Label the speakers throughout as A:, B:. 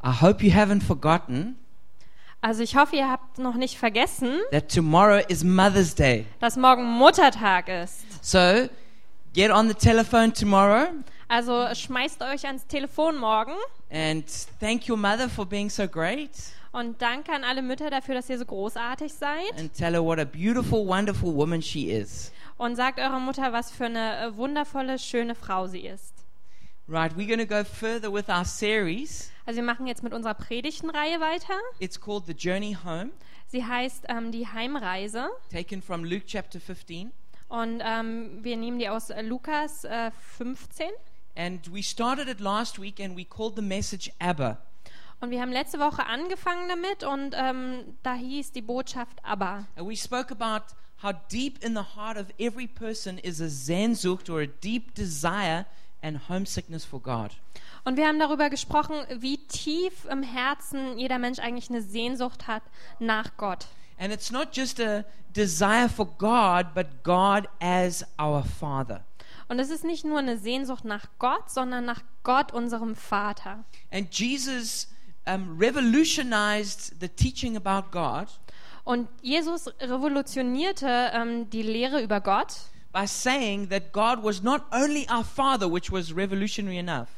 A: I hope you haven't forgotten
B: Also ich hoffe, ihr habt noch nicht vergessen,
A: that tomorrow is Mother's Day.
B: dass morgen Muttertag ist.
A: So get on the telephone tomorrow
B: Also schmeißt euch ans Telefon morgen
A: and thank your mother for being so great
B: und danke an alle Mütter dafür, dass ihr so großartig seid.
A: and tell her what a beautiful, wonderful woman she is.
B: Und sagt eurer Mutter, was für eine äh, wundervolle, schöne Frau sie ist.
A: Right, we're going to go further with our series.
B: Also wir machen jetzt mit unserer Predigtenreihe weiter.
A: It's called The Journey Home,
B: Sie heißt ähm, die Heimreise
A: taken from Luke chapter 15.
B: und ähm, wir nehmen die aus äh, Lukas äh, 15.
A: And we started it last week and we called the message Abba.
B: Und wir haben letzte Woche angefangen damit und ähm, da hieß die Botschaft Aber.
A: And we spoke about how deep in the heart of every person is a Sehnsucht or a deep desire and homesickness for God.
B: Und wir haben darüber gesprochen, wie tief im Herzen jeder Mensch eigentlich eine Sehnsucht hat nach Gott.
A: And it's not just a desire for God, but God as our Father.
B: Und es ist nicht nur eine Sehnsucht nach Gott, sondern nach Gott, unserem Vater.
A: And Jesus um, revolutionized the teaching about God
B: Und Jesus revolutionierte ähm, die Lehre über Gott,
A: by saying that God was not only our Father, which was revolutionary enough,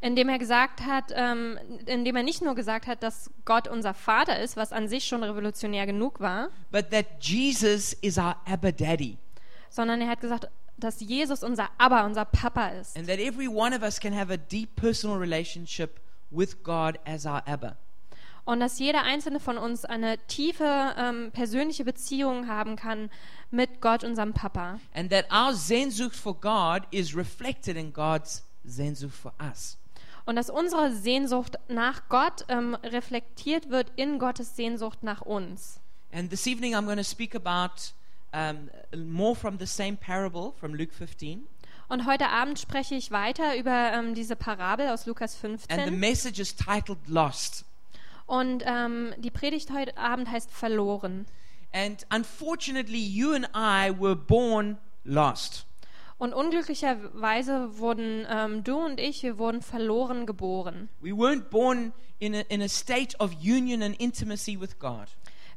B: indem er gesagt hat, ähm, indem er nicht nur gesagt hat, dass Gott unser Vater ist, was an sich schon revolutionär genug war,
A: but that Jesus is our Abba Daddy.
B: sondern er hat gesagt, dass Jesus unser Aber, unser Papa ist.
A: And that every one of us can have a deep personal relationship with God as our Abba.
B: Und dass jeder einzelne von uns eine tiefe ähm, persönliche Beziehung haben kann mit Gott, unserem Papa.
A: And that our Sehnsucht for God is reflected in God's Sehnsucht for us.
B: Und dass unsere Sehnsucht nach Gott ähm, reflektiert wird in Gottes Sehnsucht nach uns.
A: And this evening I'm going to speak about um, more from the same parable from Luke 15.
B: Und heute Abend spreche ich weiter über ähm, diese Parabel aus Lukas
A: And the
B: 15.
A: message is titled Lost.
B: Und ähm, die Predigt heute Abend heißt Verloren.
A: And unfortunately, you and I were born lost.
B: Und unglücklicherweise wurden ähm, du und ich, wir wurden verloren geboren.
A: We weren't born in a, in a state of union and intimacy with God.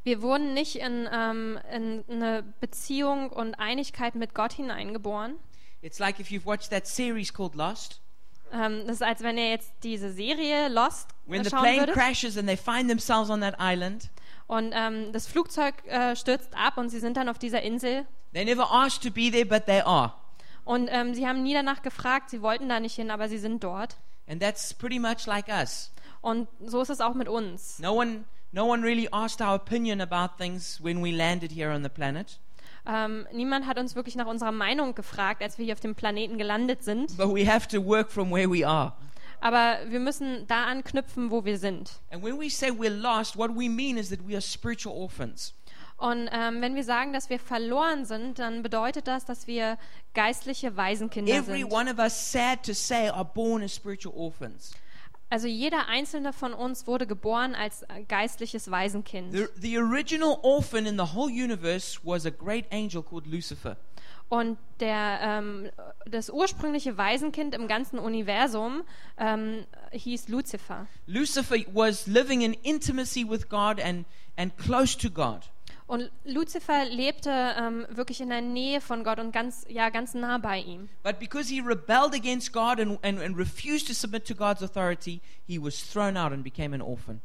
B: Wir wurden nicht in, ähm, in eine Beziehung und Einigkeit mit Gott hineingeboren.
A: It's like if you've watched that series called Lost.
B: Ähm, das ist, als wenn ihr jetzt diese Serie Lost
A: When
B: äh,
A: the
B: schauen
A: plane
B: würdet.
A: crashes and they find themselves on that island,
B: Und ähm, das Flugzeug äh, stürzt ab und sie sind dann auf dieser Insel.
A: they never asked to be there, but they are.
B: Und ähm, sie haben nie danach gefragt, sie wollten da nicht hin, aber sie sind dort.
A: And that's pretty much like us.
B: Und so ist es auch mit uns.
A: No one, no one really asked our opinion about things when we landed here on the planet,
B: Ähm, niemand hat uns wirklich nach unserer Meinung gefragt, als wir hier auf dem Planeten gelandet sind.
A: but we have to work from where we are.
B: Aber wir müssen da anknüpfen, wo wir sind.
A: And when we say we're lost, what we mean is that we are spiritual orphans.
B: Und ähm, wenn wir sagen, dass wir verloren sind, dann bedeutet das, dass wir geistliche Waisenkinder
A: Every
B: sind.
A: one of us, sad to say, are born as spiritual orphans.
B: Also jeder einzelne von uns wurde geboren als äh, geistliches Waisenkind.
A: The, the original orphan in the whole universe was a great angel called Lucifer.
B: Und der, ähm, das ursprüngliche Waisenkind im ganzen Universum ähm, hieß Luzifer.
A: Lucifer was living in intimacy with God and, and close to God.
B: Und Luzifer lebte ähm, wirklich in der Nähe von Gott und ganz, ja, ganz nah bei ihm.
A: But because he rebelled against God and, and, and refused to submit to God's authority, he was thrown out and became an orphan.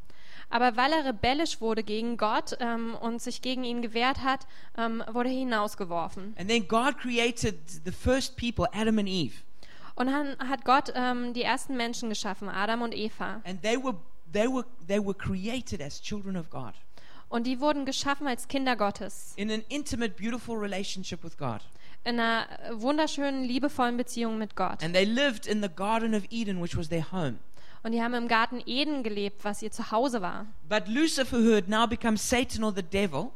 B: Aber weil er rebellisch wurde gegen Gott ähm, und sich gegen ihn gewehrt hat, ähm, wurde er hinausgeworfen.
A: And then God created the first people, Adam and Eve.
B: Und dann hat Gott ähm, die ersten Menschen geschaffen, Adam und Eva.
A: And they were, they, were, they were created as children of God
B: Und die wurden geschaffen als Kinder Gottes,
A: in an intimate, beautiful relationship with God.
B: in einer wunderschönen, liebevollen Beziehung mit Gott.
A: And they lived in the Garden of Eden, which was their home.
B: Und die haben im Garten Eden gelebt, was ihr Zuhause war.
A: But Lucifer, who had now become Satan or the devil,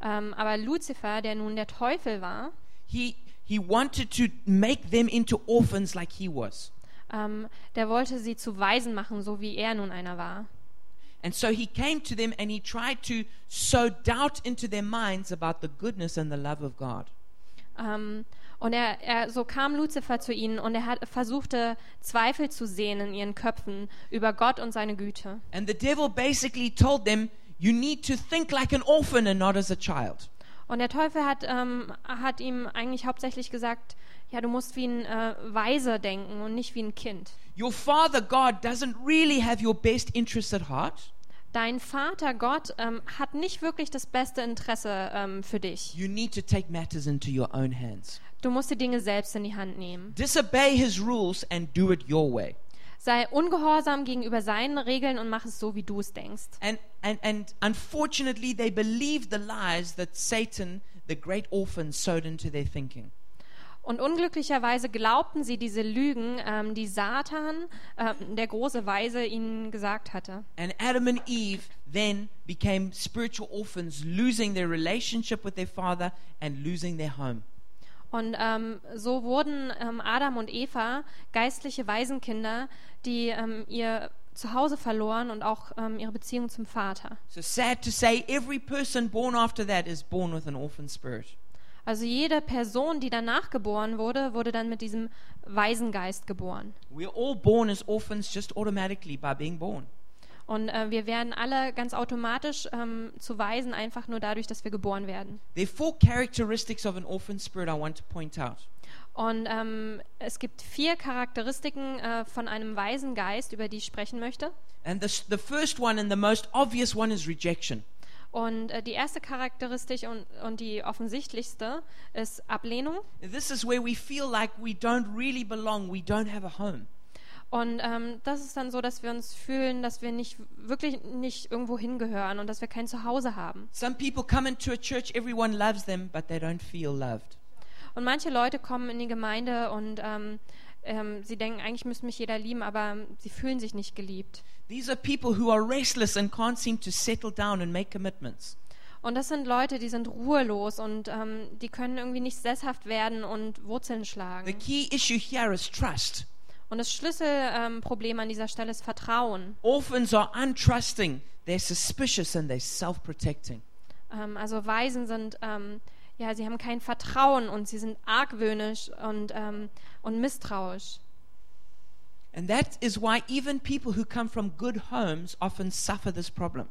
B: Ähm, aber Luzifer, der nun der Teufel war,
A: he, he wanted to make them into orphans like he was.
B: ähm, der wollte sie zu Waisen machen, so wie er nun einer war.
A: And so he came to them and he tried to sow doubt into their minds about the goodness and the love of God.
B: Ähm, Und er, er, so kam Luzifer zu ihnen und er hat, versuchte Zweifel zu sehen in ihren Köpfen über Gott und seine Güte.
A: And the devil basically told them, you need to think like an orphan and not as a child.
B: Und der Teufel hat, ähm, hat ihm eigentlich hauptsächlich gesagt, ja, du musst wie ein äh, Weiser denken und nicht wie ein Kind.
A: Your father, God, doesn't really have your best interest at heart.
B: Dein Vater Gott ähm, hat nicht wirklich das beste Interesse ähm, für dich.
A: You need to take matters into your own hands.
B: Du musst die Dinge selbst in die Hand nehmen.
A: Disobey his rules and do it your way.
B: Sei ungehorsam gegenüber seinen Regeln und mach es so, wie du es denkst.
A: And, and, and unfortunately, they believed the lies that Satan, the great orphan, sowed into their thinking.
B: Und unglücklicherweise glaubten sie diese Lügen, ähm, die Satan, ähm, der große Weise, ihnen gesagt hatte.
A: And Adam and Eve then became spiritual orphans, losing their relationship with their father and losing their home.
B: Und ähm, so wurden ähm, Adam und Eva geistliche Waisenkinder, die ähm, ihr Zuhause verloren und auch ähm, ihre Beziehung zum Vater.
A: So sad to say, every person born after that is born with an orphan spirit.
B: Also jede Person, die danach geboren wurde, wurde dann mit diesem Waisengeist geboren.
A: We're all born as orphans just automatically by being born.
B: Und äh, wir werden alle ganz automatisch ähm, zu Waisen, einfach nur dadurch, dass wir geboren werden.
A: There are four characteristics of an orphan spirit I want to point out.
B: Und ähm, es gibt vier Charakteristiken äh, von einem Waisengeist, über die ich sprechen möchte.
A: And the, the first one and the most obvious one is rejection.
B: Und äh, die erste Charakteristik und, und die offensichtlichste ist Ablehnung.
A: This is where we feel like we don't really belong, we don't have a home.
B: Und ähm, das ist dann so, dass wir uns fühlen, dass wir nicht wirklich nicht irgendwo hingehören und dass wir kein Zuhause haben.
A: Some people come into a church, everyone loves them, but they don't feel loved.
B: Und manche Leute kommen in die Gemeinde und ähm, ähm, sie denken, eigentlich müsste mich jeder lieben, aber ähm, sie fühlen sich nicht geliebt.
A: These are people who are restless and can't seem to settle down and make commitments.
B: Und das sind Leute, die sind ruhelos und ähm, die können irgendwie nicht sesshaft werden und Wurzeln
A: The
B: schlagen.
A: key issue here is trust.
B: Und das Schlüsselproblem ähm, Problem an dieser Stelle ist Vertrauen.
A: Orphans are untrusting, they're suspicious, and they're self protecting.
B: Ähm, also Waisen sind, ähm, ja, sie haben kein Vertrauen und sie sind argwöhnisch und, ähm, und misstrauisch.
A: And that is why even people who come from good homes often suffer this problem.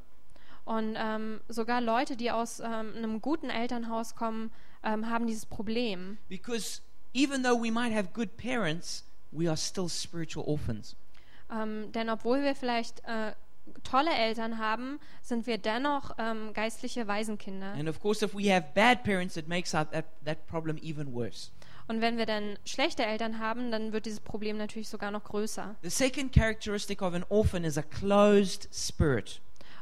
B: Und ähm, sogar Leute, die aus ähm, einem guten Elternhaus kommen, ähm, haben dieses Problem.
A: Because even though we might have good parents, we are still spiritual orphans.
B: Ähm, denn obwohl wir vielleicht äh, tolle Eltern haben, sind wir dennoch ähm, geistliche Waisenkinder.
A: And of course, if we have bad parents, it makes out that, that problem even worse.
B: Und wenn wir dann schlechte Eltern haben, dann wird dieses Problem natürlich sogar noch größer.
A: The second characteristic of an orphan is a closed spirit.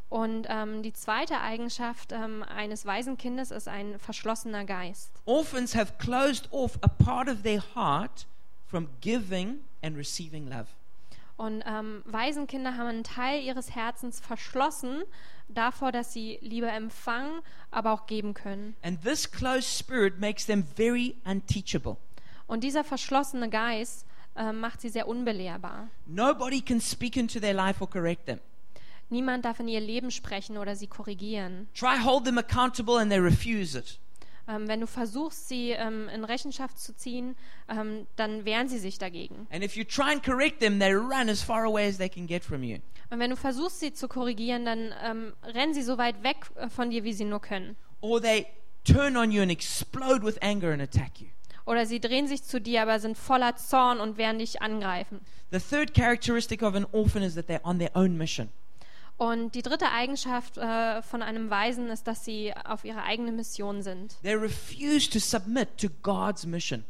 B: Und ähm, die zweite Eigenschaft ähm, eines Waisenkindes ist ein verschlossener Geist.
A: Orphans have closed off a part of their heart from giving and receiving love.
B: Und ähm, Waisenkinder haben einen Teil ihres Herzens verschlossen davor, dass sie Liebe empfangen, aber auch geben können.
A: And this closed spirit makes them very unteachable.
B: Und dieser verschlossene Geist äh, macht sie sehr unbelehrbar.
A: Nobody can speak into their life or correct them.
B: Niemand darf in ihr Leben sprechen oder sie korrigieren.
A: Try hold them accountable and they refuse it.
B: Ähm, wenn du versuchst, sie ähm, in Rechenschaft zu ziehen, ähm, dann wehren sie sich dagegen.
A: And if you try and correct them, they run as far away as they can get from you.
B: Und wenn du versuchst, sie zu korrigieren, dann ähm, rennen sie so weit weg äh, von dir, wie sie nur können.
A: Or they turn on you and explode with anger and attack you.
B: Oder sie drehen sich zu dir, aber sind voller Zorn und werden dich angreifen.
A: The third characteristic of an orphan is that they're on their own mission.
B: Und die dritte Eigenschaft äh, von einem Weisen ist, dass sie auf ihre eigene Mission sind.
A: They refuse to submit to God's mission.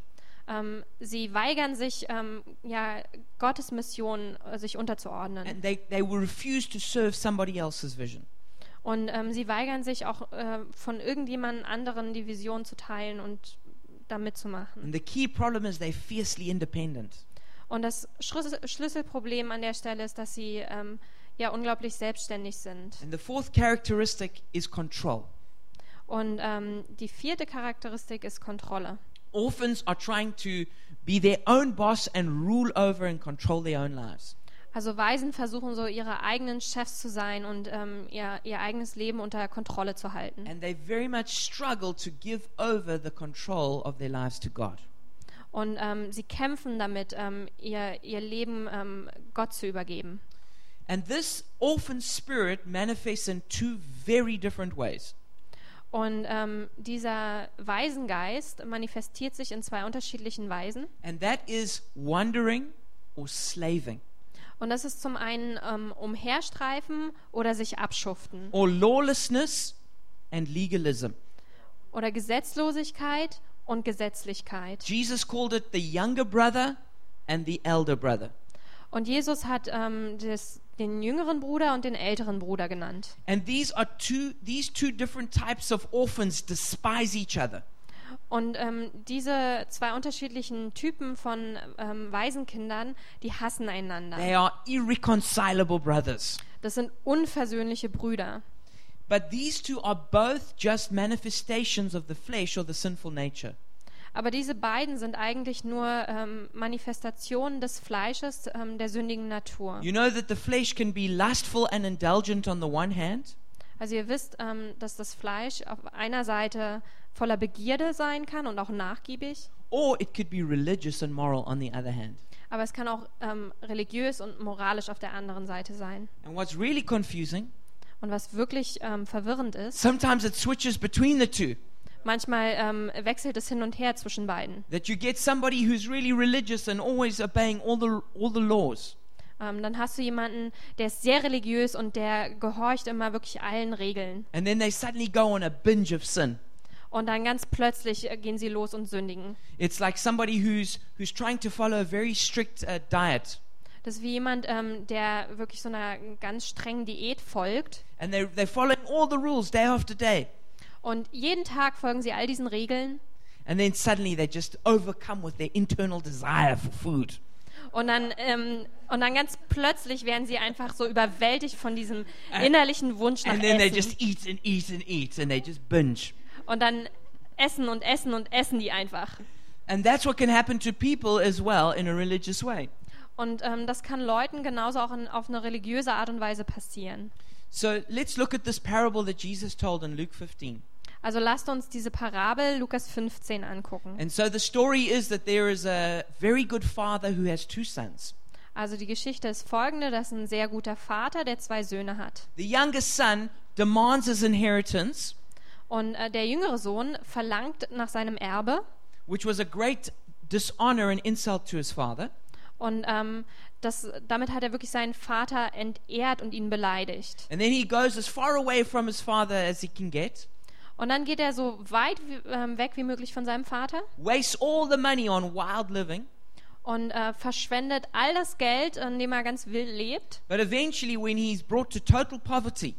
B: Ähm, sie weigern sich, ähm, ja, Gottes Mission äh, sich unterzuordnen.
A: And they, they will refuse to serve somebody else's vision.
B: Und ähm, sie weigern sich auch äh, von irgendjemand anderen die Vision zu teilen und da mitzumachen.
A: And the key problem is they're fiercely independent.
B: Und das Schlüssel Schlüsselproblem an der Stelle ist, dass sie ähm, ja unglaublich selbstständig sind.
A: And the fourth characteristic is control.
B: Und ähm, die vierte Charakteristik ist Kontrolle.
A: Orphans are trying to be their own boss and rule over and control their own lives.
B: Also Waisen versuchen so ihre eigenen Chefs zu sein und ähm, ihr, ihr eigenes Leben unter Kontrolle zu halten.
A: And they very much struggle to give over the control of their lives to God.
B: Und ähm, sie kämpfen damit, ähm, ihr, ihr Leben ähm, Gott zu übergeben.
A: And this orphan spirit manifests in two very different ways.
B: Und ähm, dieser Waisengeist manifestiert sich in zwei unterschiedlichen Weisen.
A: And that is wandering or slaving,
B: Und das ist zum einen ähm, umherstreifen oder sich abschuften.
A: or lawlessness and legalism.
B: Oder Gesetzlosigkeit und Gesetzlichkeit.
A: Jesus called it the younger brother and the elder brother.
B: Und Jesus hat ähm, des, den jüngeren Bruder und den älteren Bruder genannt.
A: And these are two these two different types of orphans despise each other.
B: Und ähm, diese zwei unterschiedlichen Typen von ähm, Waisenkindern, die hassen einander.
A: They are irreconcilable brothers.
B: Das sind unversöhnliche Brüder.
A: But these two are both just manifestations of the flesh or the sinful nature.
B: Aber diese beiden sind eigentlich nur ähm, Manifestationen des Fleisches, ähm, der sündigen Natur.
A: You know that the flesh can be lustful and indulgent on the one hand,
B: Also ihr wisst, ähm, dass das Fleisch auf einer Seite voller Begierde sein kann und auch nachgiebig,
A: or it could be religious and moral on the other hand.
B: aber es kann auch ähm, religiös und moralisch auf der anderen Seite sein.
A: And what's really confusing,
B: Und was wirklich ähm, verwirrend ist,
A: sometimes it switches between the two.
B: manchmal ähm, wechselt es hin und her zwischen beiden.
A: That you get somebody who's really religious and always obeying all the all the laws,
B: Ähm, dann hast du jemanden, der ist sehr religiös und der gehorcht immer wirklich allen Regeln.
A: and then they suddenly go on a binge of sin.
B: Und dann ganz plötzlich äh, gehen sie los und sündigen.
A: It's like somebody who's who's trying to follow a very strict uh, diet,
B: Das ist wie jemand, ähm, der wirklich so einer ganz strengen Diät folgt.
A: and they they're following all the rules day after day,
B: Und jeden Tag folgen sie all diesen Regeln.
A: and then suddenly they're just overcome with their internal desire for food.
B: Und dann, ähm, und dann ganz plötzlich werden sie einfach so überwältigt von diesem innerlichen Wunsch nach
A: Äh, and then they
B: Essen.
A: just eat and eat and eat and they just binge
B: Und dann essen und essen und essen die einfach.
A: and that's what can happen to people as well in a religious way
B: Und ähm, das kann Leuten genauso auch in, auf eine religiöse Art und Weise passieren.
A: so let's look at this parable that jesus told in luke 15
B: Also lasst uns diese Parabel Lukas 15 angucken.
A: and so the story is that there is a very good father who has two sons
B: Also die Geschichte ist folgende, dass ein sehr guter Vater, der zwei Söhne hat.
A: the youngest son demands his inheritance
B: Und äh, der jüngere Sohn verlangt nach seinem Erbe.
A: which was a great dishonor and insult to his father
B: Und ähm, das, damit hat er wirklich seinen Vater entehrt und ihn beleidigt.
A: and then he goes as far away from his father as he can get
B: Und dann geht er so weit wie, ähm, weg wie möglich von seinem Vater
A: wastes all the money on wild living
B: und äh, verschwendet all das Geld, indem er ganz wild lebt.
A: but eventually when he's brought to total poverty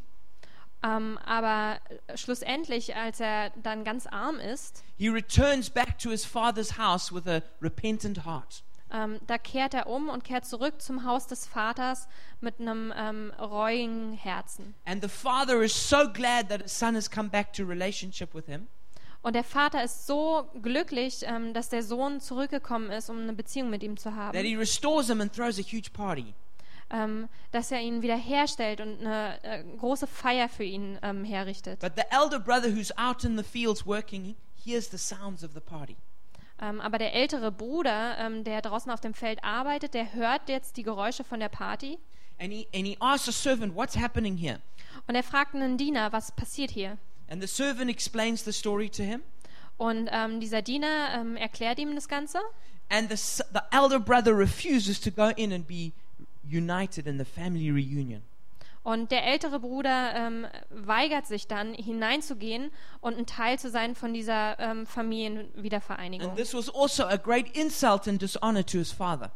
B: Ähm, aber schlussendlich, als er dann ganz arm ist,
A: He returns back to his father's house with a repentant heart.
B: ähm, da kehrt er um und kehrt zurück zum Haus des Vaters mit einem ähm, reuigen Herzen.
A: And the father is so glad that his son has come back to relationship with him.
B: Und der Vater ist so glücklich, ähm, dass der Sohn zurückgekommen ist, um eine Beziehung mit ihm zu
A: That
B: haben,
A: he restores him and throws a huge party.
B: ähm, dass er ihn wiederherstellt und eine äh, große Feier für ihn ähm, herrichtet.
A: But the elder brother who's out in the fields working hears the sounds of the party.
B: Ähm, aber der ältere Bruder, ähm, der draußen auf dem Feld arbeitet, der hört jetzt die Geräusche von der Party
A: And he, and he asks a servant, What's happening here?
B: und er fragt einen Diener, was passiert hier?
A: And the servant explains the story to him.
B: Und ähm, dieser Diener ähm, erklärt ihm das Ganze.
A: And the, s- the elder brother refuses to go in and be united in the family reunion.
B: Und der ältere Bruder ähm, weigert sich dann, hineinzugehen und ein Teil zu sein von dieser ähm, Familienwiedervereinigung.
A: And this was also a great insult and dishonor to his father.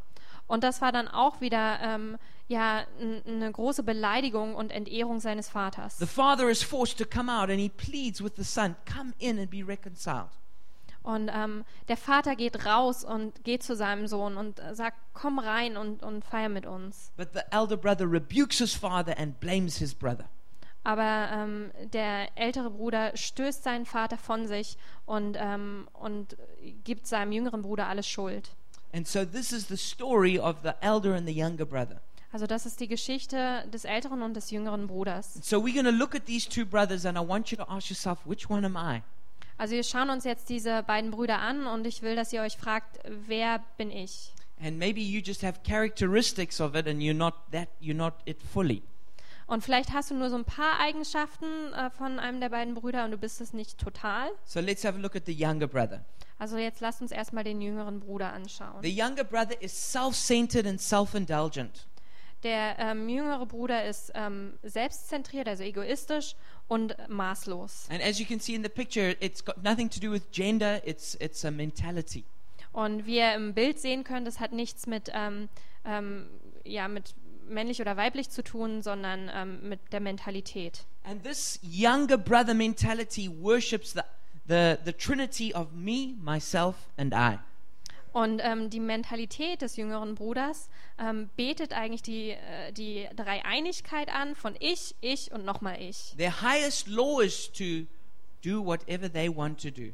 B: Und das war dann auch wieder ähm, ja, n- eine große Beleidigung und Entehrung seines Vaters.
A: The father is forced to come out and he pleads with the son, Come in and be reconciled.
B: Und ähm, der Vater geht raus und geht zu seinem Sohn und äh, sagt, komm rein und, und feier mit uns.
A: But the elder brother rebukes his father and blames his brother.
B: Aber ähm, der ältere Bruder stößt seinen Vater von sich und, ähm, und gibt seinem jüngeren Bruder alles Schuld.
A: And so this is the story of the elder and the younger brother.
B: Also das ist die Geschichte des älteren und des jüngeren Bruders.
A: So we're going to look at these two brothers and I want you to ask yourself, Which one am I?
B: Also wir schauen uns jetzt diese beiden Brüder an und ich will, dass ihr euch fragt, wer bin ich?
A: And maybe you just have characteristics of it and you're not that you're not it fully.
B: Und vielleicht hast du nur so ein paar Eigenschaften äh, von einem der beiden Brüder und du bist es nicht total.
A: So let's have a look at the younger brother.
B: Also jetzt lasst uns erstmal den jüngeren Bruder anschauen.
A: The younger brother is self-centered and self-indulgent.
B: Der ähm, jüngere Bruder ist ähm, selbstzentriert, also egoistisch und maßlos.
A: And as you can see in the picture, it's got nothing to do with gender, it's it's a mentality.
B: Und wie ihr im Bild sehen könnt, das hat nichts mit, ähm, ähm, ja, mit männlich oder weiblich zu tun, sondern ähm, mit der Mentalität.
A: And this younger brother mentality worships the the, the trinity of me, myself and I.
B: Und ähm, die Mentalität des jüngeren Bruders ähm, betet eigentlich die, äh, die Dreieinigkeit an von ich, ich und nochmal ich.
A: Their highest law is to do whatever they want to do.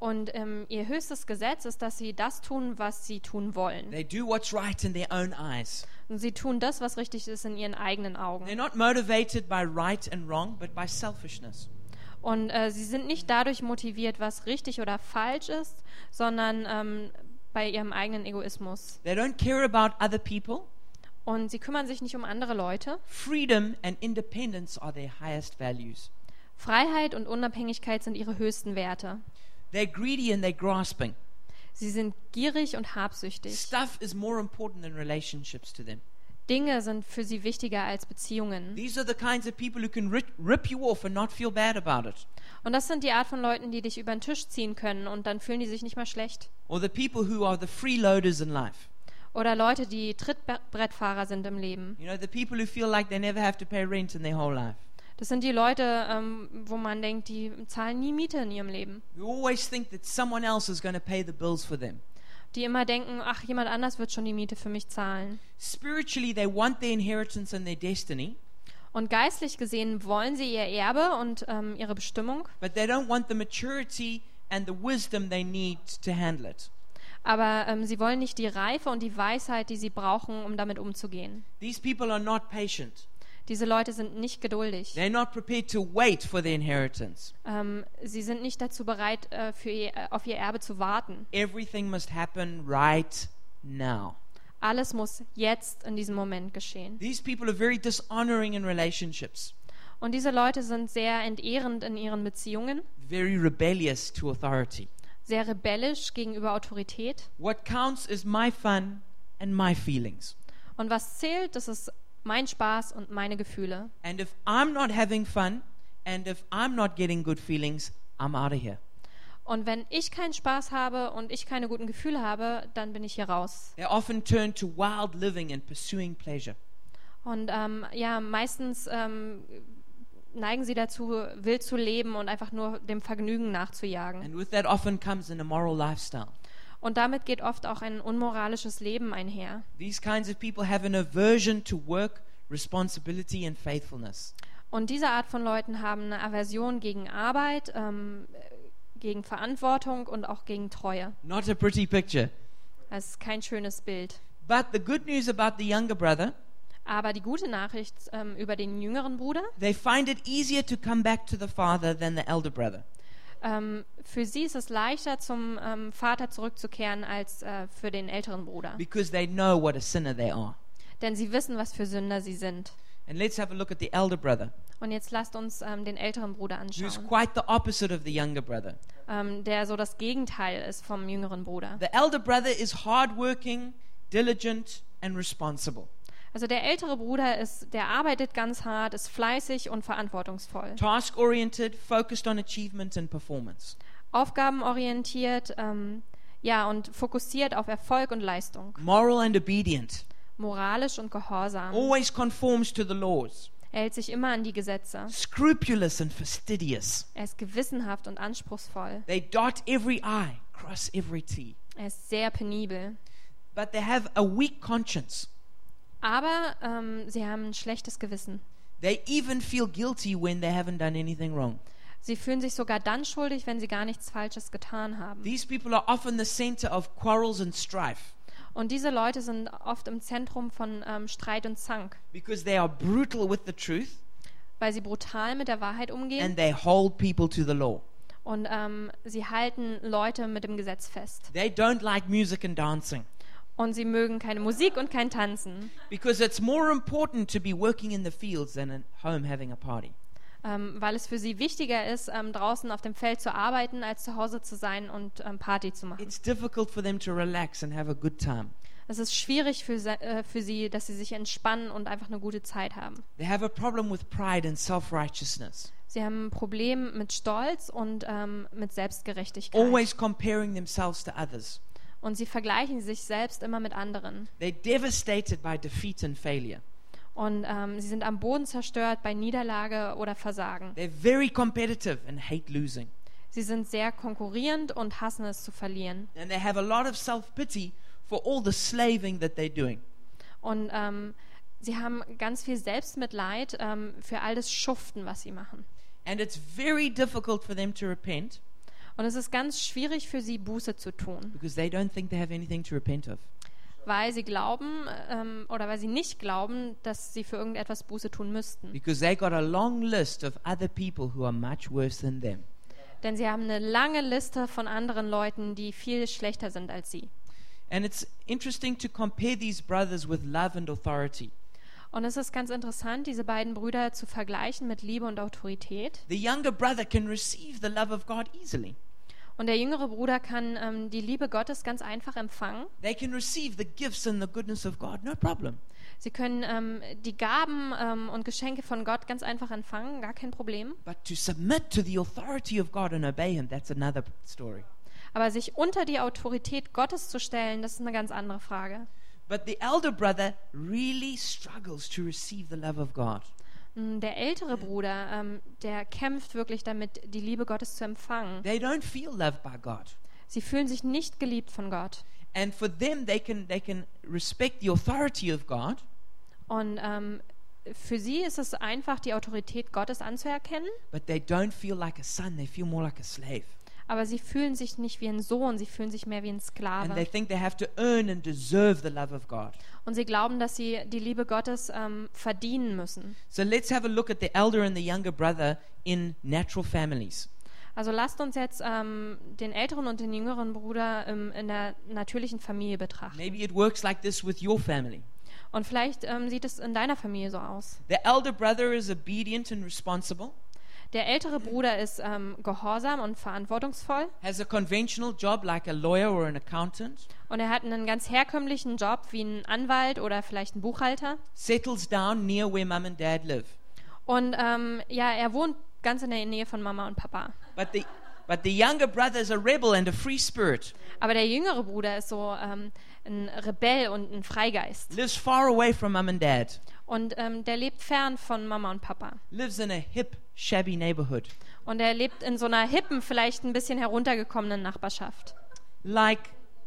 B: Und ähm, ihr höchstes Gesetz ist, dass sie das tun, was sie tun wollen.
A: They do what's right in their own eyes.
B: Und sie tun das, was richtig ist in ihren eigenen Augen.
A: They're not motivated by right and wrong, but by selfishness.
B: Und äh, sie sind nicht dadurch motiviert, was richtig oder falsch ist, sondern ähm, bei ihrem eigenen Egoismus.
A: They don't care about other people.
B: Und sie kümmern sich nicht um andere Leute.
A: Freedom and independence are their highest values.
B: Freiheit und Unabhängigkeit sind ihre höchsten Werte.
A: They're greedy and they're grasping.
B: Sie sind gierig und habsüchtig.
A: Stuff is more important than relationships to them.
B: Dinge sind für sie wichtiger als Beziehungen.
A: These are the kinds of people who can rip, rip you off and not feel bad about it.
B: Und das sind die Art von Leuten, die dich über den Tisch ziehen können und dann fühlen die sich nicht mal schlecht.
A: Or the people who are the freeloaders in life.
B: Oder Leute, die Trittbrettfahrer sind im Leben.
A: You know, the people who feel like they never have to pay rent in their whole life.
B: Das sind die Leute, ähm, wo man denkt, die zahlen nie Miete in ihrem Leben.
A: Who always think that someone else is going to pay the bills for them.
B: Die immer denken, ach, jemand anders wird schon die Miete für mich zahlen.
A: Spiritually, they want their inheritance and their destiny,
B: Und geistlich gesehen wollen sie ihr Erbe und ähm, ihre Bestimmung,
A: but they don't want the maturity and the wisdom they need to handle it.
B: aber ähm, sie wollen nicht die Reife und die Weisheit, die sie brauchen, um damit umzugehen.
A: These people are not patient.
B: Diese Leute sind nicht geduldig.
A: They're not prepared to wait for their inheritance.
B: Ähm, sie sind nicht dazu bereit, äh, für ihr, äh, auf ihr Erbe zu warten.
A: Everything must happen right now.
B: Alles muss jetzt in diesem Moment geschehen.
A: These people are very dishonoring in relationships,
B: Und diese Leute sind sehr entehrend in ihren Beziehungen,
A: very rebellious to authority.
B: sehr rebellisch gegenüber Autorität.
A: What counts is my fun and my feelings.
B: Und was zählt, das ist mein Spaß und meine Gefühle.
A: And if I'm not having fun and if I'm not getting good feelings, I'm out of here.
B: Und wenn ich keinen Spaß habe und ich keine guten Gefühle habe, dann bin ich hier raus.
A: They often turn to wild living and pursuing pleasure.
B: Und ähm, ja, meistens ähm, neigen sie dazu, wild zu leben und einfach nur dem Vergnügen nachzujagen.
A: And with that often comes an immoral lifestyle.
B: Und damit geht oft auch ein unmoralisches Leben einher.
A: These kinds of people have an aversion to work, responsibility, and faithfulness.
B: Und diese Art von Leuten haben eine Aversion gegen Arbeit, ähm, gegen Verantwortung und auch gegen Treue.
A: Not a pretty picture.
B: Das ist kein schönes Bild.
A: But the good news about the younger brother,
B: Aber die gute Nachricht ähm, über den jüngeren Bruder,
A: they find it easier to come back to the father than the elder brother.
B: ähm, für sie ist es leichter, zum ähm, Vater zurückzukehren, als äh, für den älteren Bruder.
A: because they know what a sinner they are.
B: Denn sie wissen, was für Sünder sie sind.
A: And let's have a look at the elder brother,
B: Und jetzt lasst uns ähm, den älteren Bruder
A: who's
B: anschauen,
A: quite the opposite of the younger brother.
B: ähm, der so das Gegenteil ist vom jüngeren Bruder.
A: The elder brother is hardworking, diligent, and responsible.
B: Also der ältere Bruder ist, der arbeitet ganz hart, ist fleißig und verantwortungsvoll,
A: Task oriented, focused on achievement and performance.
B: aufgabenorientiert, ähm, ja und fokussiert auf Erfolg und Leistung,
A: Moral and obedient.
B: moralisch und gehorsam.
A: Always conforms to the laws.
B: Er hält sich immer an die Gesetze.
A: Scrupulous and fastidious.
B: Er ist gewissenhaft und anspruchsvoll.
A: They dot every I, cross every T.
B: Er ist sehr penibel.
A: But they have a weak conscience.
B: Aber ähm, sie haben ein schlechtes Gewissen.
A: They even feel guilty when they haven't done anything wrong.
B: Sie fühlen sich sogar dann schuldig, wenn sie gar nichts Falsches getan haben.
A: These people are often the center of quarrels and strife
B: Und diese Leute sind oft im Zentrum von ähm, Streit und Zank,
A: because they are brutal with the truth
B: weil sie brutal mit der Wahrheit umgehen
A: and they hold people to the law.
B: Und ähm, sie halten Leute mit dem Gesetz fest.
A: They don't like music and dancing
B: Und sie mögen keine Musik und kein Tanzen,
A: because it's more important to be working in the fields than at home having a party.
B: ähm, weil es für sie wichtiger ist, ähm, draußen auf dem Feld zu arbeiten, als zu Hause zu sein und ähm, Party zu machen.
A: It's difficult for them to relax and have a good time.
B: Es ist schwierig für, se- äh, für sie, dass sie sich entspannen und einfach eine gute Zeit haben.
A: They have a problem with pride and self righteousness,
B: Sie haben ein Problem mit Stolz und ähm, mit Selbstgerechtigkeit.
A: always comparing themselves to others.
B: Und sie vergleichen sich selbst immer mit anderen.
A: They're devastated by defeat and failure.
B: Und ähm, sie sind am Boden zerstört bei Niederlage oder Versagen.
A: They're very competitive and hate losing.
B: Sie sind sehr konkurrierend und hassen es zu verlieren.
A: And they have a lot of self pity for all the slaving that they're doing.
B: Und ähm, sie haben ganz viel Selbstmitleid ähm, für all das Schuften, was sie machen.
A: And it's very difficult for them to repent
B: Und es ist ganz schwierig für sie, Buße zu tun,
A: because they don't think they have anything to repent of.
B: weil sie glauben ähm, oder weil sie nicht glauben, dass sie für irgendetwas Buße tun müssten.
A: Because they got a long list of other people who are much worse than them.
B: Denn sie haben eine lange Liste von anderen Leuten, die viel schlechter sind als sie.
A: And it's interesting to compare these brothers with love and authority.
B: Und es ist ganz interessant, diese beiden Brüder zu vergleichen mit Liebe und Autorität.
A: The younger brother can receive the love of God easily.
B: Und der jüngere Bruder kann ähm, die Liebe Gottes ganz einfach empfangen.
A: They can receive the gifts and the goodness of God, no problem.
B: Sie können ähm, die Gaben ähm, und Geschenke von Gott ganz einfach empfangen, gar kein Problem.
A: But to submit to the authority of God and obey Him, that's another story.
B: Aber sich unter die Autorität Gottes zu stellen, das ist eine ganz andere Frage.
A: But the elder brother really struggles to receive the love of God.
B: Mm, Der ältere Bruder, ähm, der kämpft wirklich damit, die Liebe Gottes zu empfangen.
A: They don't feel loved by God.
B: Sie fühlen sich nicht geliebt von Gott.
A: And for them, they can, they can respect the authority of God,
B: Und ähm, für sie ist es einfach, die Autorität Gottes anzuerkennen,
A: but they don't feel like a son. They feel more like a slave.
B: aber sie fühlen sich nicht wie ein Sohn, sie fühlen sich mehr wie ein
A: And they
B: Sklave.
A: think they have to earn and deserve the love of God.
B: Und sie glauben, dass sie die Liebe Gottes ähm, verdienen müssen.
A: So let's have a look at the elder and the younger brother in natural families.
B: Also lasst uns jetzt ähm, den älteren und den jüngeren Bruder ähm, in der natürlichen Familie betrachten.
A: Maybe it works like this with your family.
B: Und vielleicht ähm, sieht es in deiner Familie so aus.
A: The elder brother is obedient and responsible,
B: Der ältere Bruder ist ähm, gehorsam und verantwortungsvoll
A: has a conventional job like a lawyer or an accountant,
B: und er hat einen ganz herkömmlichen Job wie ein Anwalt oder vielleicht ein Buchhalter.
A: settles down near where mum and dad live.
B: Und ähm, ja, er wohnt ganz in der Nähe von Mama und Papa.
A: But the, but the younger brother is a rebel and a free spirit,
B: Aber der jüngere Bruder ist so ähm, ein Rebell und ein Freigeist.
A: lives far away from mum and dad,
B: Und ähm, der lebt fern von Mama und Papa.
A: lives in a hip, shabby neighborhood,
B: Und er lebt in so einer hippen, vielleicht ein bisschen heruntergekommenen Nachbarschaft.
A: like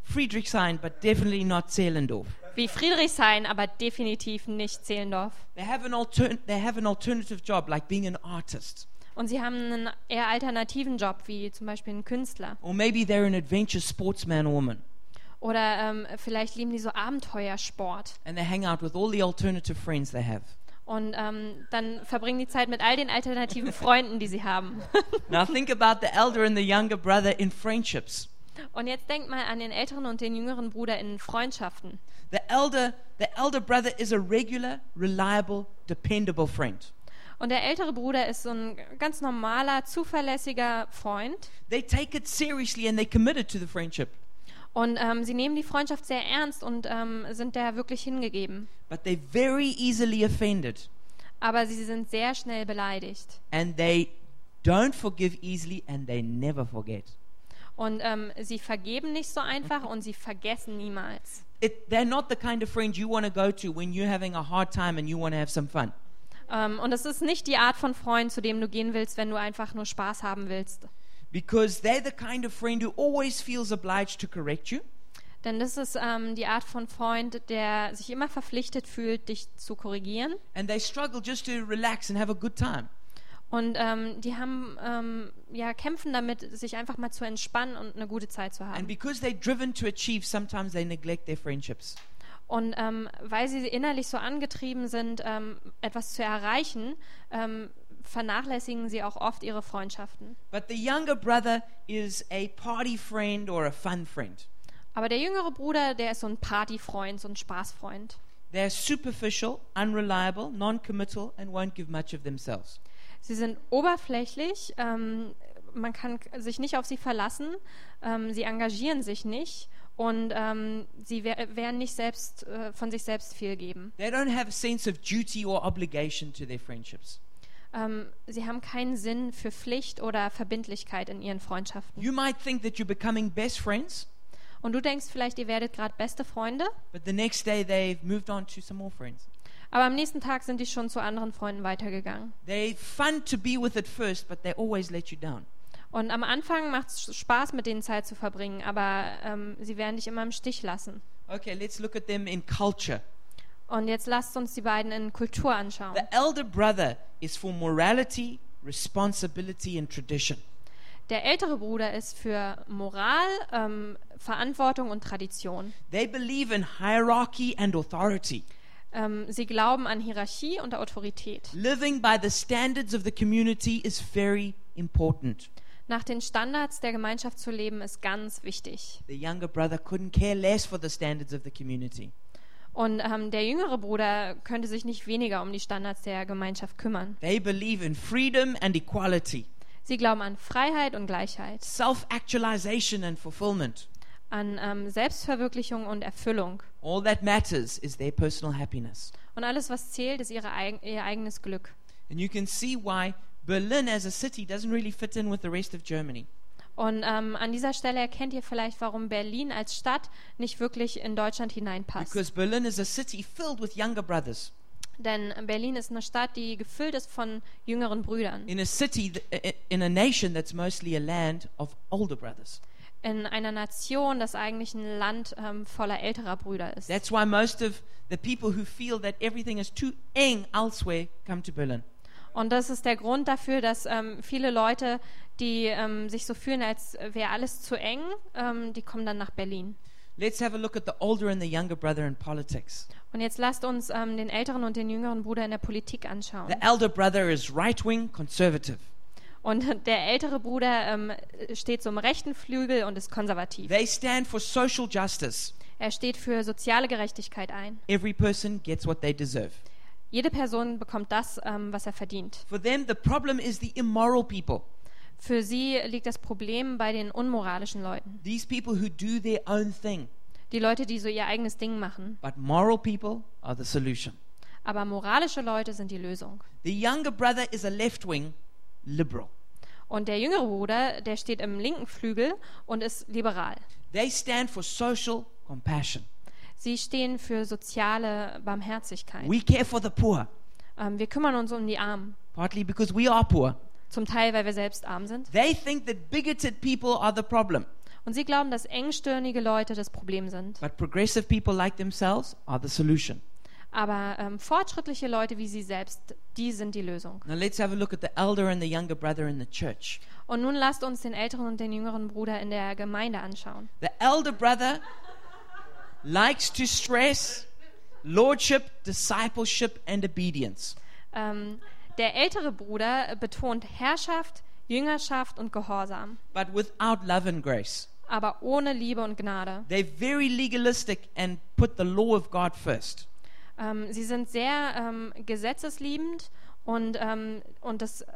A: Friedrichshain, but definitely not Zehlendorf.
B: Wie Friedrichshain, aber definitiv nicht Zehlendorf.
A: They have an, altern- they have an alternative job like being an artist.
B: Und sie haben einen eher alternativen Job, wie zum Beispiel einen Künstler.
A: Or maybe they're an adventurous sportsman or woman
B: Oder ähm, vielleicht lieben die so Abenteuersport.
A: and they hang out with all the alternative friends they have.
B: Und ähm, dann verbringen die Zeit mit all den alternativen Freunden, die sie haben.
A: Now think about the elder and the younger brother in friendships.
B: Und jetzt denkt mal an den älteren und den jüngeren Bruder in Freundschaften.
A: The elder, the elder brother is a regular, reliable, dependable friend.
B: Und der ältere Bruder ist so ein ganz normaler, zuverlässiger Freund.
A: They take it seriously and they're committed to the friendship,
B: Und ähm, sie nehmen die Freundschaft sehr ernst und ähm, sind da wirklich hingegeben.
A: but they're very easily offended
B: Aber sie sind sehr schnell beleidigt.
A: and they don't forgive easily and they never forget.
B: Und ähm, sie vergeben nicht so einfach und sie vergessen niemals.
A: It, they're not the kind of friend you want to go to when you're having a hard time and you want to have some fun.
B: Ähm, und es ist nicht die Art von Freund, zu dem du gehen willst, wenn du einfach nur Spaß haben willst.
A: Because they're the kind of friend who always feels obliged to correct you,
B: Denn das ist ähm, die Art von Freund, der sich immer verpflichtet fühlt, dich zu korrigieren.
A: and they struggle just to relax and have a good time.
B: Und ähm, die haben ähm, ja kämpfen damit, sich einfach mal zu entspannen und eine gute Zeit zu
A: And
B: haben.
A: because they're driven to achieve, sometimes they neglect their friendships.
B: Und ähm, weil sie innerlich so angetrieben sind, ähm, etwas zu erreichen, ähm, vernachlässigen sie auch oft ihre Freundschaften.
A: But the younger brother is a party friend or a fun friend.
B: Aber der jüngere Bruder, der ist so ein Partyfreund, so ein Spaßfreund.
A: They're superficial, unreliable, non committal, and won't give much of themselves.
B: Sie sind oberflächlich, ähm, man kann k- sich nicht auf sie verlassen, ähm, sie engagieren sich nicht und ähm, sie wer- werden nicht selbst äh, von sich selbst viel geben.
A: They don't have a sense of duty or obligation to their friendships.
B: Ähm, sie haben keinen Sinn für Pflicht oder Verbindlichkeit in ihren Freundschaften.
A: You might think that you're becoming best friends,
B: Und du denkst vielleicht, ihr werdet gerade beste Freunde,
A: but the next day they've moved on to some more friends.
B: aber am nächsten Tag sind die schon zu anderen Freunden weitergegangen.
A: They're fun to be with at first, but they always let you down.
B: Und am Anfang macht es Spaß, mit denen Zeit zu verbringen, aber ähm, sie werden dich immer im Stich lassen.
A: Okay, let's look at them in culture.
B: Und jetzt lasst uns die beiden in Kultur anschauen.
A: The elder brother is for morality, responsibility, and tradition.
B: Der ältere Bruder ist für Moral, ähm, Verantwortung und Tradition.
A: They believe in hierarchy and authority,
B: Ähm, sie glauben an Hierarchie und Autorität.
A: living by the standards of the community is very important.
B: Nach den Standards der Gemeinschaft zu leben ist ganz wichtig.
A: The younger brother couldn't care less for the standards of the community.
B: Und ähm, der jüngere Bruder könnte sich nicht weniger um die Standards der Gemeinschaft kümmern.
A: They believe in freedom and equality,
B: Sie glauben an Freiheit und Gleichheit,
A: self actualization and fulfillment.
B: an ähm, Selbstverwirklichung und Erfüllung.
A: All that matters is their personal happiness.
B: Und alles, was zählt, ist ihre, eig- ihr eigenes Glück.
A: And you can see why Berlin as a city doesn't really fit in with the rest of Germany.
B: Und ähm, an dieser Stelle erkennt ihr vielleicht, warum Berlin als Stadt nicht wirklich in Deutschland hineinpasst.
A: Because Berlin is a city filled with younger brothers.
B: Denn Berlin ist eine Stadt, die gefüllt ist von jüngeren Brüdern.
A: In a city, th- i- i- in a nation that's mostly a land of older brothers.
B: In einer Nation, das eigentlich ein Land ähm, voller älterer Brüder ist.
A: That's why most of the people who feel that everything is too eng elsewhere come to Berlin.
B: Und das ist der Grund dafür, dass ähm, viele Leute, die ähm, sich so fühlen, als wäre alles zu eng, ähm, die kommen dann nach Berlin.
A: Let's have a look at the older and the younger brother in politics.
B: Und jetzt lasst uns ähm, den älteren und den jüngeren Bruder in der Politik anschauen.
A: The elder brother is right wing conservative.
B: Und der ältere Bruder ähm, steht so im rechten Flügel und ist konservativ.
A: They stand for social justice.
B: Er steht für soziale Gerechtigkeit ein.
A: Every person gets what they deserve.
B: Jede Person bekommt das, ähm, was er verdient.
A: For them, the problem is the immoral people.
B: Für sie liegt das Problem bei den unmoralischen Leuten.
A: These people who do their own thing.
B: Die Leute, die so ihr eigenes Ding machen.
A: But moral people are the solution.
B: Aber moralische Leute sind die Lösung.
A: The younger brother is a left wing liberal.
B: Und der jüngere Bruder, der steht im linken Flügel und ist liberal.
A: They stand for social compassion.
B: Sie stehen für soziale Barmherzigkeit.
A: We care for the poor,
B: Ähm, wir kümmern uns um die Armen.
A: partly because we are poor.
B: Zum Teil, weil wir selbst arm sind.
A: They think that bigoted people are the problem,
B: Und sie glauben, dass engstirnige Leute das Problem sind.
A: but progressive people like themselves are the solution.
B: Aber ähm, fortschrittliche Leute wie sie selbst, die sind die Lösung.
A: Now let's have a look at the elder and the younger brother in the church.
B: Und nun lasst uns den älteren und den jüngeren Bruder in der Gemeinde anschauen.
A: The elder brother likes to stress lordship, discipleship, and obedience.
B: Ähm, der ältere Bruder betont Herrschaft, Jüngerschaft und Gehorsam,
A: but without love and grace.
B: aber ohne Liebe und Gnade.
A: They're very legalistic and put the law of God first.
B: Ähm, sie sind sehr ähm, gesetzesliebend und, ähm, und das, äh,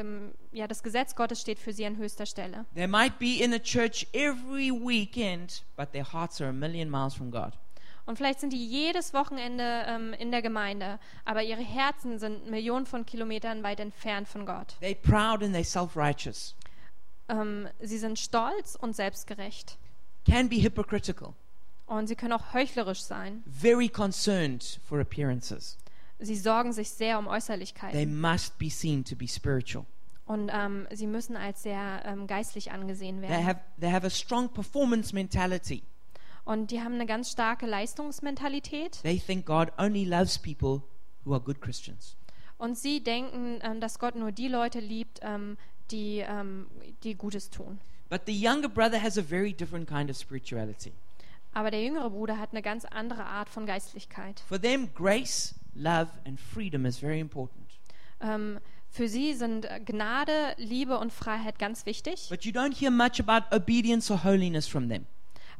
B: ähm, ja, das Gesetz Gottes steht für sie an höchster Stelle.
A: They might be in a church every weekend, but their hearts are a million miles from God.
B: Und vielleicht sind die jedes Wochenende ähm, in der Gemeinde, aber ihre Herzen sind Millionen von Kilometern weit entfernt von Gott.
A: They're proud and they're self righteous,
B: Ähm, sie sind stolz und selbstgerecht.
A: can be hypocritical,
B: Und sie können auch heuchlerisch sein.
A: very concerned for appearances.
B: Sie sorgen sich sehr um
A: They
B: Äußerlichkeiten.
A: must be seen to be spiritual.
B: Und ähm, sie müssen als sehr ähm, geistlich angesehen
A: They
B: werden.
A: have, they have a strong performance mentality.
B: Und die haben eine ganz starke Leistungsmentalität.
A: They think God only loves people who are good Christians.
B: Und sie denken, ähm, dass Gott nur die Leute liebt, ähm, die, ähm, die Gutes tun.
A: But the younger brother has a very different kind of spirituality.
B: Aber der jüngere Bruder hat eine ganz andere Art von Geistlichkeit.
A: For them, grace, love, and freedom is very important.
B: Ähm, Für sie sind äh, Gnade, Liebe und Freiheit ganz wichtig,
A: But you don't hear much about obedience or holiness from them.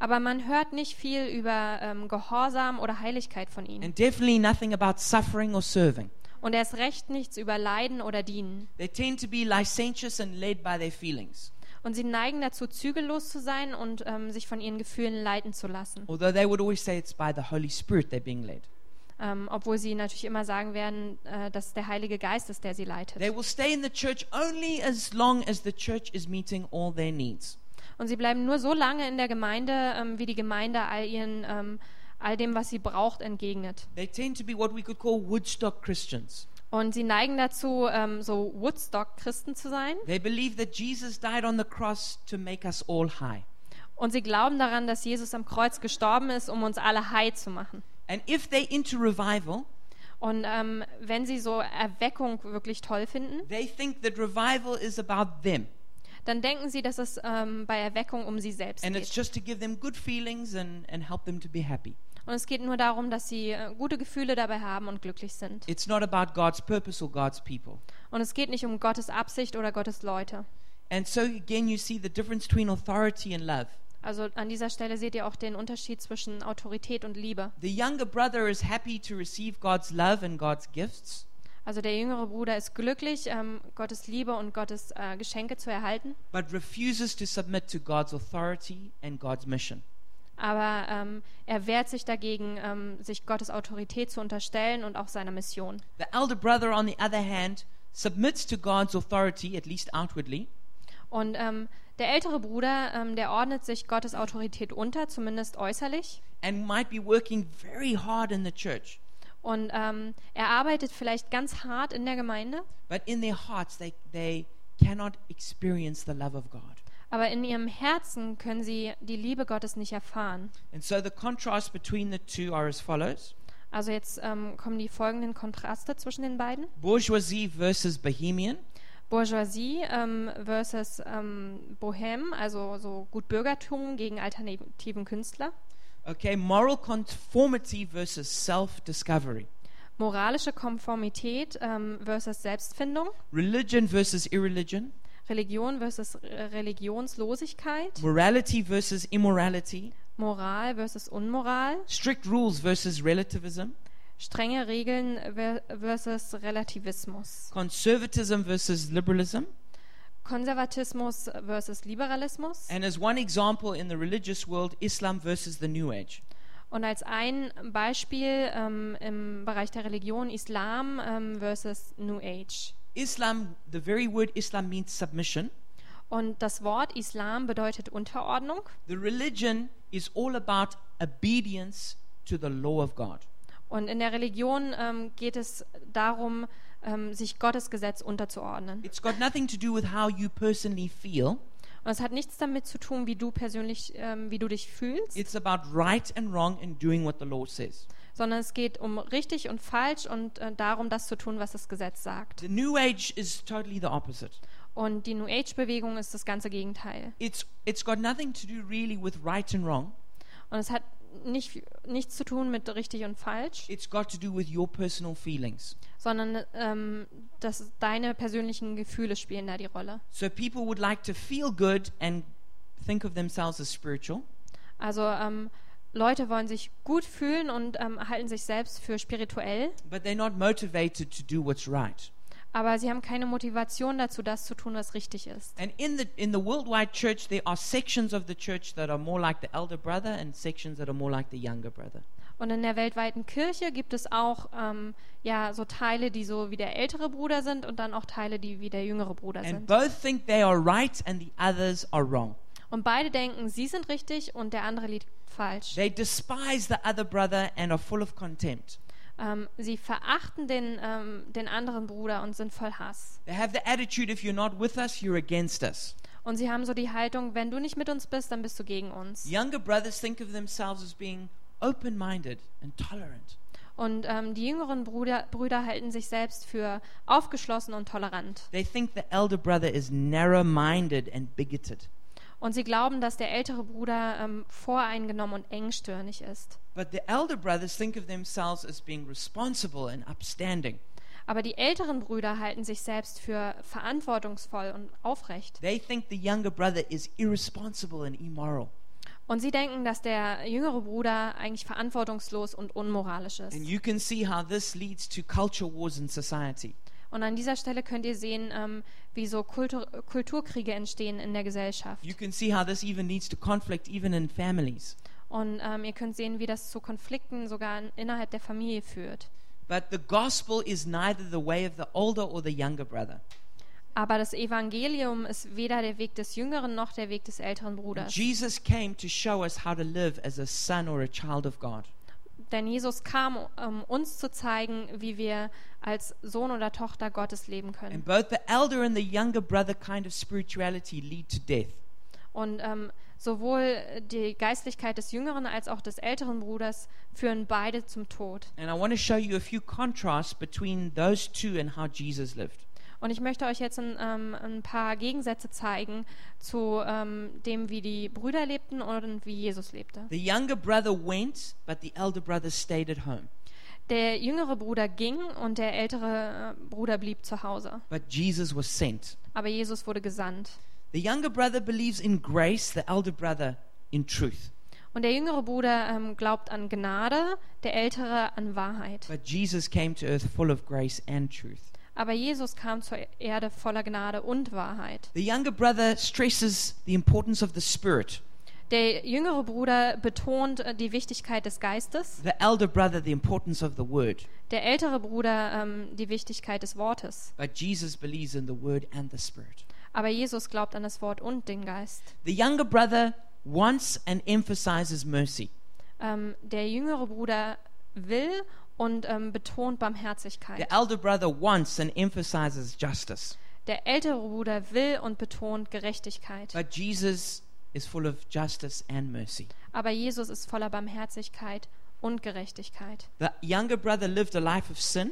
B: aber man hört nicht viel über ähm, Gehorsam oder Heiligkeit von ihnen.
A: And definitely nothing about suffering or serving.
B: Und erst recht nichts über Leiden oder Dienen.
A: They tend to be licentious and led by their feelings,
B: Und sie neigen dazu, zügellos zu sein und ähm, sich von ihren Gefühlen leiten zu lassen.
A: although they would always say it's by the Holy Spirit they're being led.
B: Ähm, obwohl sie natürlich immer sagen werden, äh, dass der Heilige Geist ist, der sie leitet.
A: They will stay in the church only as long as the church is meeting all their needs.
B: Und sie bleiben nur so lange in der Gemeinde, ähm, wie die Gemeinde all, ihren, ähm, all dem, was sie braucht, entgegnet.
A: They tend to be what we could call Woodstock Christians.
B: Und sie neigen dazu, ähm, so Woodstock-Christen zu sein.
A: They believe that Jesus died on the cross to make us all high.
B: Und sie glauben daran, dass Jesus am Kreuz gestorben ist, um uns alle high zu machen.
A: And if they're into revival,
B: Und ähm, wenn sie so Erweckung wirklich toll finden,
A: they think that revival is about them.
B: dann denken sie, dass es ähm, bei Erweckung um sie selbst
A: And it's
B: geht.
A: just to give them good feelings and, and help them to be happy.
B: Und es geht nur darum, dass sie äh, gute Gefühle dabei haben und glücklich sind.
A: It's not about God's purpose or God's people.
B: Und es geht nicht um Gottes Absicht oder Gottes Leute.
A: And so again, you see the difference between authority and love.
B: Also an dieser Stelle seht ihr auch den Unterschied zwischen Autorität und Liebe.
A: The younger brother is happy to receive God's love and God's gifts.
B: Also der jüngere Bruder ist glücklich, ähm, Gottes Liebe und Gottes äh, Geschenke zu erhalten,
A: but refuses to submit to God's authority and God's mission.
B: aber ähm, er wehrt sich dagegen, ähm, sich Gottes Autorität zu unterstellen und auch seiner Mission.
A: The elder brother, on the other hand, submits to God's authority, at least outwardly,
B: Und ähm, der ältere Bruder, ähm, der ordnet sich Gottes Autorität unter, zumindest äußerlich,
A: and might be working very hard in the church.
B: und ähm, er arbeitet vielleicht ganz hart in der Gemeinde,
A: But in their hearts, they, they cannot experience the love of God.
B: aber in ihrem Herzen können sie die Liebe Gottes nicht erfahren.
A: And so the contrast between the two are as follows
B: Also jetzt ähm, kommen die folgenden Kontraste zwischen den beiden.
A: bourgeoisie versus bohemian,
B: Bourgeoisie ähm, versus ähm, Bohème, also so gut Bürgertum gegen alternativen Künstler.
A: okay, moral conformity versus self discovery,
B: Moralische Konformität ähm, versus Selbstfindung.
A: religion versus irreligion,
B: Religion versus äh, Religionslosigkeit.
A: morality versus immorality.
B: Moral versus Unmoral.
A: strict rules versus relativism,
B: Strenge Regeln ver- versus Relativismus.
A: conservatism versus liberalism.
B: Konservatismus versus Liberalismus.
A: And as one example in the religious world, Islam versus the New Age.
B: Und als ein Beispiel ähm, im Bereich der Religion Islam ähm, versus New Age.
A: Islam, the very word Islam means submission.
B: Und das Wort Islam bedeutet Unterordnung
A: The religion is all about obedience to the law of God.
B: und in der Religion ähm, geht es darum, ähm, sich Gottes Gesetz unterzuordnen.
A: It's got nothing to do with how you personally feel,
B: Und es hat nichts damit zu tun, wie du persönlich, ähm, wie du dich fühlst,
A: it's about right and wrong and doing what the law says.
B: sondern es geht um richtig und falsch und äh, darum, das zu tun, was das Gesetz sagt.
A: The New Age is totally the opposite.
B: Und die New Age-Bewegung ist das ganze Gegenteil.
A: It's, it's got nothing to do really with right and wrong,
B: Und es hat nicht, nichts zu tun mit richtig und falsch,
A: it's got to do with your personal feelings.
B: sondern ähm, dass deine persönlichen Gefühle spielen da die Rolle.
A: So people would like to feel good and think of themselves as spiritual,
B: Also ähm, Leute wollen sich gut fühlen und ähm, halten sich selbst für spirituell,
A: but they're not motivated to do what's right.
B: aber sie haben keine Motivation dazu, das zu tun, was richtig ist.
A: And in the in the worldwide church there are sections of the church that are more like the elder brother and sections that are more like the younger brother.
B: Und in der weltweiten Kirche gibt es auch ähm, ja so Teile, die so wie der ältere Bruder sind und dann auch Teile, die wie der jüngere Bruder
A: And
B: sind.
A: both think they are right and the others are wrong.
B: Und beide denken, sie sind richtig und der andere liegt falsch.
A: They despise the other brother and are full of contempt.
B: Ähm, sie verachten den, ähm, den anderen Bruder und sind voll Hass.
A: They have the attitude if you're not with us, you're against us.
B: Und sie haben so die Haltung, wenn du nicht mit uns bist, dann bist du gegen uns.
A: Younger brothers think of themselves as being open-minded and tolerant.
B: Und ähm, die jüngeren Bruder, Brüder halten sich selbst für aufgeschlossen und tolerant.
A: They think the elder brother is narrow minded and bigoted.
B: Und sie glauben, dass der ältere Bruder ähm, voreingenommen und engstirnig ist.
A: But the elder brothers think of themselves as being responsible and upstanding.
B: Aber die älteren Brüder halten sich selbst für verantwortungsvoll und aufrecht.
A: They think the younger brother is irresponsible and immoral.
B: Und sie denken, dass der jüngere Bruder eigentlich verantwortungslos und unmoralisch
A: And
B: ist.
A: you can see how this leads to culture wars in society.
B: Und an dieser Stelle könnt ihr sehen, ähm, wie so Kultur Kulturkriege entstehen in der Gesellschaft.
A: You can see how this even leads to conflict even in families.
B: Und ähm, ihr könnt sehen, wie das zu Konflikten sogar in, innerhalb der Familie führt.
A: But the gospel is neither the way of the older or the younger brother.
B: Aber das Evangelium ist weder der Weg des Jüngeren noch der Weg des älteren Bruders.
A: Jesus came to show us how to live as a son or a child of God.
B: Denn Jesus kam, um uns zu zeigen, wie wir als Sohn oder Tochter Gottes leben
A: And
B: können.
A: both the elder and the younger brother kind of spirituality lead to death.
B: Und ähm, sowohl die Geistlichkeit des Jüngeren als auch des älteren Bruders führen beide zum Tod.
A: And I want to show you a few contrasts between those two and how Jesus lived.
B: Und ich möchte euch jetzt ein, ähm, ein paar Gegensätze zeigen zu ähm, dem, wie die Brüder lebten und wie Jesus lebte.
A: The younger brother went, but the elder brother stayed at home.
B: Der jüngere Bruder ging und der ältere äh, Bruder blieb zu Hause.
A: But Jesus was sent.
B: Aber Jesus wurde gesandt.
A: The younger brother believes in grace, the elder brother in truth.
B: Und der jüngere Bruder ähm, glaubt an Gnade, der ältere an Wahrheit.
A: But Jesus came to earth full of grace and truth.
B: Aber Jesus kam zur Erde voller Gnade und Wahrheit.
A: The younger brother stresses the importance of the spirit,
B: Der jüngere Bruder betont äh, die Wichtigkeit des Geistes,
A: the elder brother the importance of the word.
B: der ältere Bruder ähm, die Wichtigkeit des Wortes.
A: But Jesus believes in the word and the spirit.
B: Aber Jesus glaubt an das Wort und den Geist.
A: The younger brother wants and emphasizes mercy.
B: Ähm, der jüngere Bruder will und ähm, betont Barmherzigkeit.
A: The elder brother wants and emphasizes justice.
B: Der ältere Bruder will und betont Gerechtigkeit.
A: But Jesus is full of justice and mercy.
B: Aber Jesus ist voller Barmherzigkeit und Gerechtigkeit.
A: The younger brother lived a life of sin,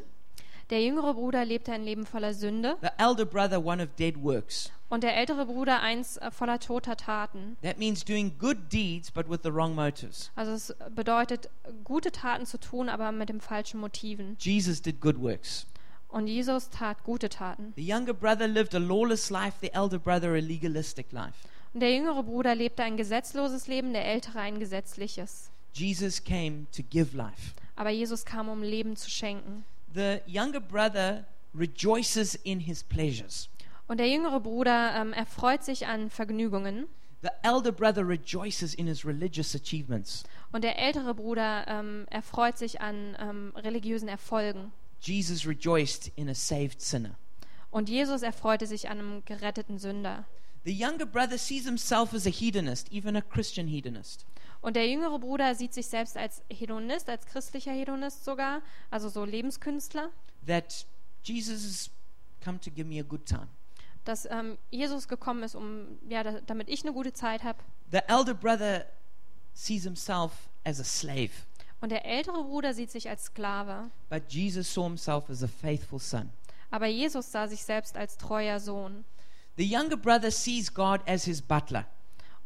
B: Der jüngere Bruder lebte ein Leben voller Sünde
A: the elder brother one of dead works.
B: und der ältere Bruder eins äh, voller toter Taten.
A: That means doing good deeds but with the wrong motives.
B: Also es bedeutet, gute Taten zu tun, aber mit den falschen Motiven.
A: Jesus did good works.
B: Und Jesus tat gute Taten.
A: The younger brother lived a lawless life, the elder brother a legalistic life.
B: Und der jüngere Bruder lebte ein gesetzloses Leben, der ältere ein gesetzliches.
A: Jesus came to give life.
B: Aber Jesus kam, um Leben zu schenken.
A: The younger brother rejoices in his pleasures.
B: Und der jüngere Bruder ähm, erfreut sich an Vergnügungen
A: The elder brother rejoices in his religious achievements.
B: und der ältere Bruder ähm, erfreut sich an ähm, religiösen Erfolgen.
A: Jesus rejoiced in a saved sinner.
B: Und Jesus erfreute sich an einem geretteten Sünder.
A: The younger brother sees himself as a hedonist, even a Christian hedonist.
B: Und der jüngere Bruder sieht sich selbst als Hedonist, als christlicher Hedonist sogar, also so Lebenskünstler,
A: That Jesus has come to give me a good time.
B: dass ähm, Jesus gekommen ist, um ja, da, damit ich eine gute Zeit habe.
A: The elder brother sees himself as a slave,
B: Und der ältere Bruder sieht sich als Sklave.
A: but Jesus saw himself as a faithful son.
B: Aber Jesus sah sich selbst als treuer Sohn.
A: The younger brother sees God as his butler.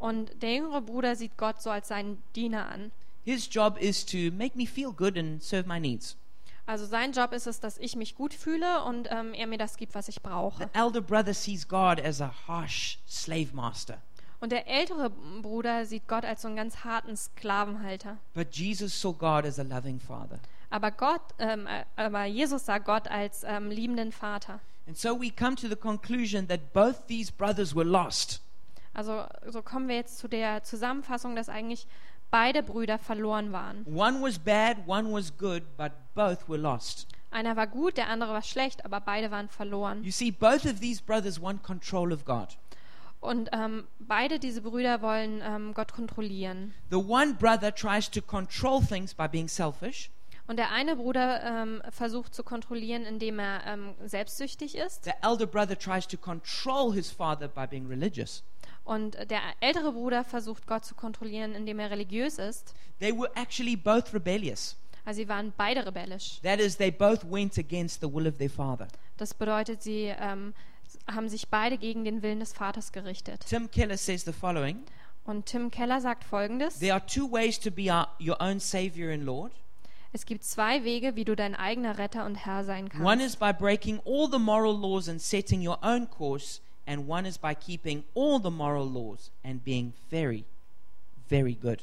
B: Und der jüngere Bruder sieht Gott so als seinen Diener an.
A: His job is to make me feel good and serve my needs.
B: Also sein Job ist es, dass ich mich gut fühle und ähm, er mir das gibt, was ich brauche.
A: The elder brother sees God as a harsh slave master,
B: Und der ältere Bruder sieht Gott als so einen ganz harten Sklavenhalter.
A: but Jesus saw God as a loving father.
B: Aber Gott, ähm, äh, aber Jesus sah Gott als ähm, liebenden Vater.
A: And so we come to the conclusion that both these brothers were lost.
B: Also so kommen wir jetzt zu der Zusammenfassung, dass eigentlich beide Brüder verloren waren.
A: One was bad, one was good, but both were lost.
B: Einer war gut, der andere war schlecht, aber beide waren verloren.
A: You see, both of these brothers want control of God.
B: Und ähm, beide diese Brüder wollen ähm, Gott kontrollieren.
A: The one brother tries to control things by being selfish.
B: Und der eine Bruder ähm, versucht zu kontrollieren, indem er ähm, selbstsüchtig ist.
A: The elder brother tries to control his father by being religious.
B: Und der ältere Bruder versucht Gott zu kontrollieren, indem er religiös ist.
A: They were actually both rebellious.
B: Also sie waren beide rebellisch.
A: That is, they both went against the will of their father.
B: Das bedeutet, sie ähm, haben sich beide gegen den Willen des Vaters gerichtet.
A: Tim Keller says the following
B: Und Tim Keller sagt Folgendes.
A: There are two ways to be our, your own savior and Lord.
B: Es gibt zwei Wege, wie du dein eigener Retter und Herr sein
A: One
B: kannst.
A: is by breaking all the moral laws and setting your own course, and one is by keeping all the moral laws and being very, very good.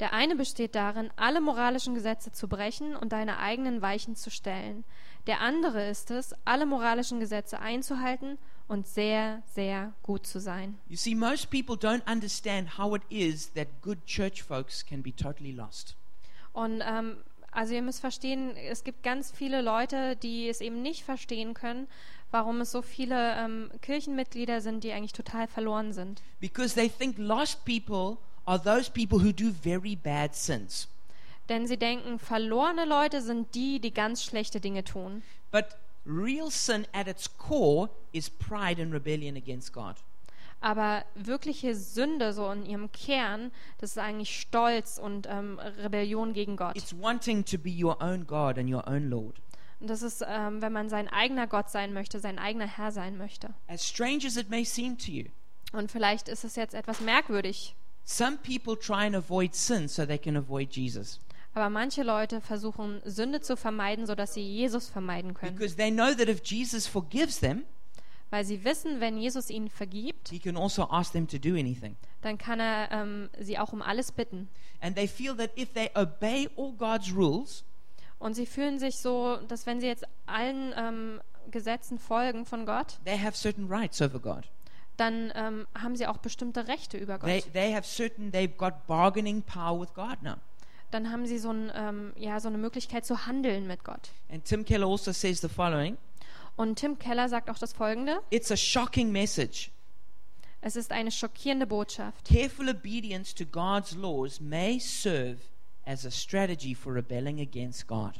B: Der eine besteht darin, alle moralischen Gesetze zu brechen und deine eigenen Weichen zu stellen. Der andere ist es, alle moralischen Gesetze einzuhalten und sehr, sehr gut zu sein.
A: You see, most people don't understand how it is that good church folks can be totally lost.
B: Und ähm, also ihr müsst verstehen, es gibt ganz viele Leute, die es eben nicht verstehen können, warum es so viele ähm, Kirchenmitglieder sind, die eigentlich total verloren sind.
A: Because they think lost people are those people who do very bad sins.
B: Denn sie denken, verlorene Leute sind die, die ganz schlechte Dinge tun.
A: But real sin at its core is pride and rebellion against God.
B: Aber wirkliche Sünde so in ihrem Kern, das ist eigentlich Stolz und ähm, Rebellion gegen Gott.
A: It's wanting to be your own God and your own Lord.
B: Und das ist, ähm, wenn man sein eigener Gott sein möchte, sein eigener Herr sein möchte.
A: As strange as it may seem to you,
B: Und vielleicht ist es jetzt etwas merkwürdig,
A: some people try and avoid sin so they can avoid Jesus
B: aber manche Leute versuchen Sünde zu vermeiden, sodass sie Jesus vermeiden können.
A: because they know that if Jesus forgives them,
B: Weil sie wissen, wenn Jesus ihnen vergibt,
A: he can also ask them to do anything.
B: dann kann er ähm, sie auch um alles bitten.
A: And they feel that if they obey all God's rules,
B: Und sie fühlen sich so, dass wenn sie jetzt allen ähm, Gesetzen folgen von Gott,
A: they have certain rights over God.
B: dann ähm, haben sie auch bestimmte Rechte über Gott.
A: They, they have certain, they've got bargaining power with God now.
B: dann haben sie so, ein, ähm, ja, so eine Möglichkeit zu handeln mit Gott.
A: And Tim Keller also says the following
B: Und Tim Keller sagt auch das Folgende.
A: It's a shocking message.
B: Es ist eine schockierende Botschaft.
A: Careful obedience to God's laws may serve as a strategy for rebelling against God.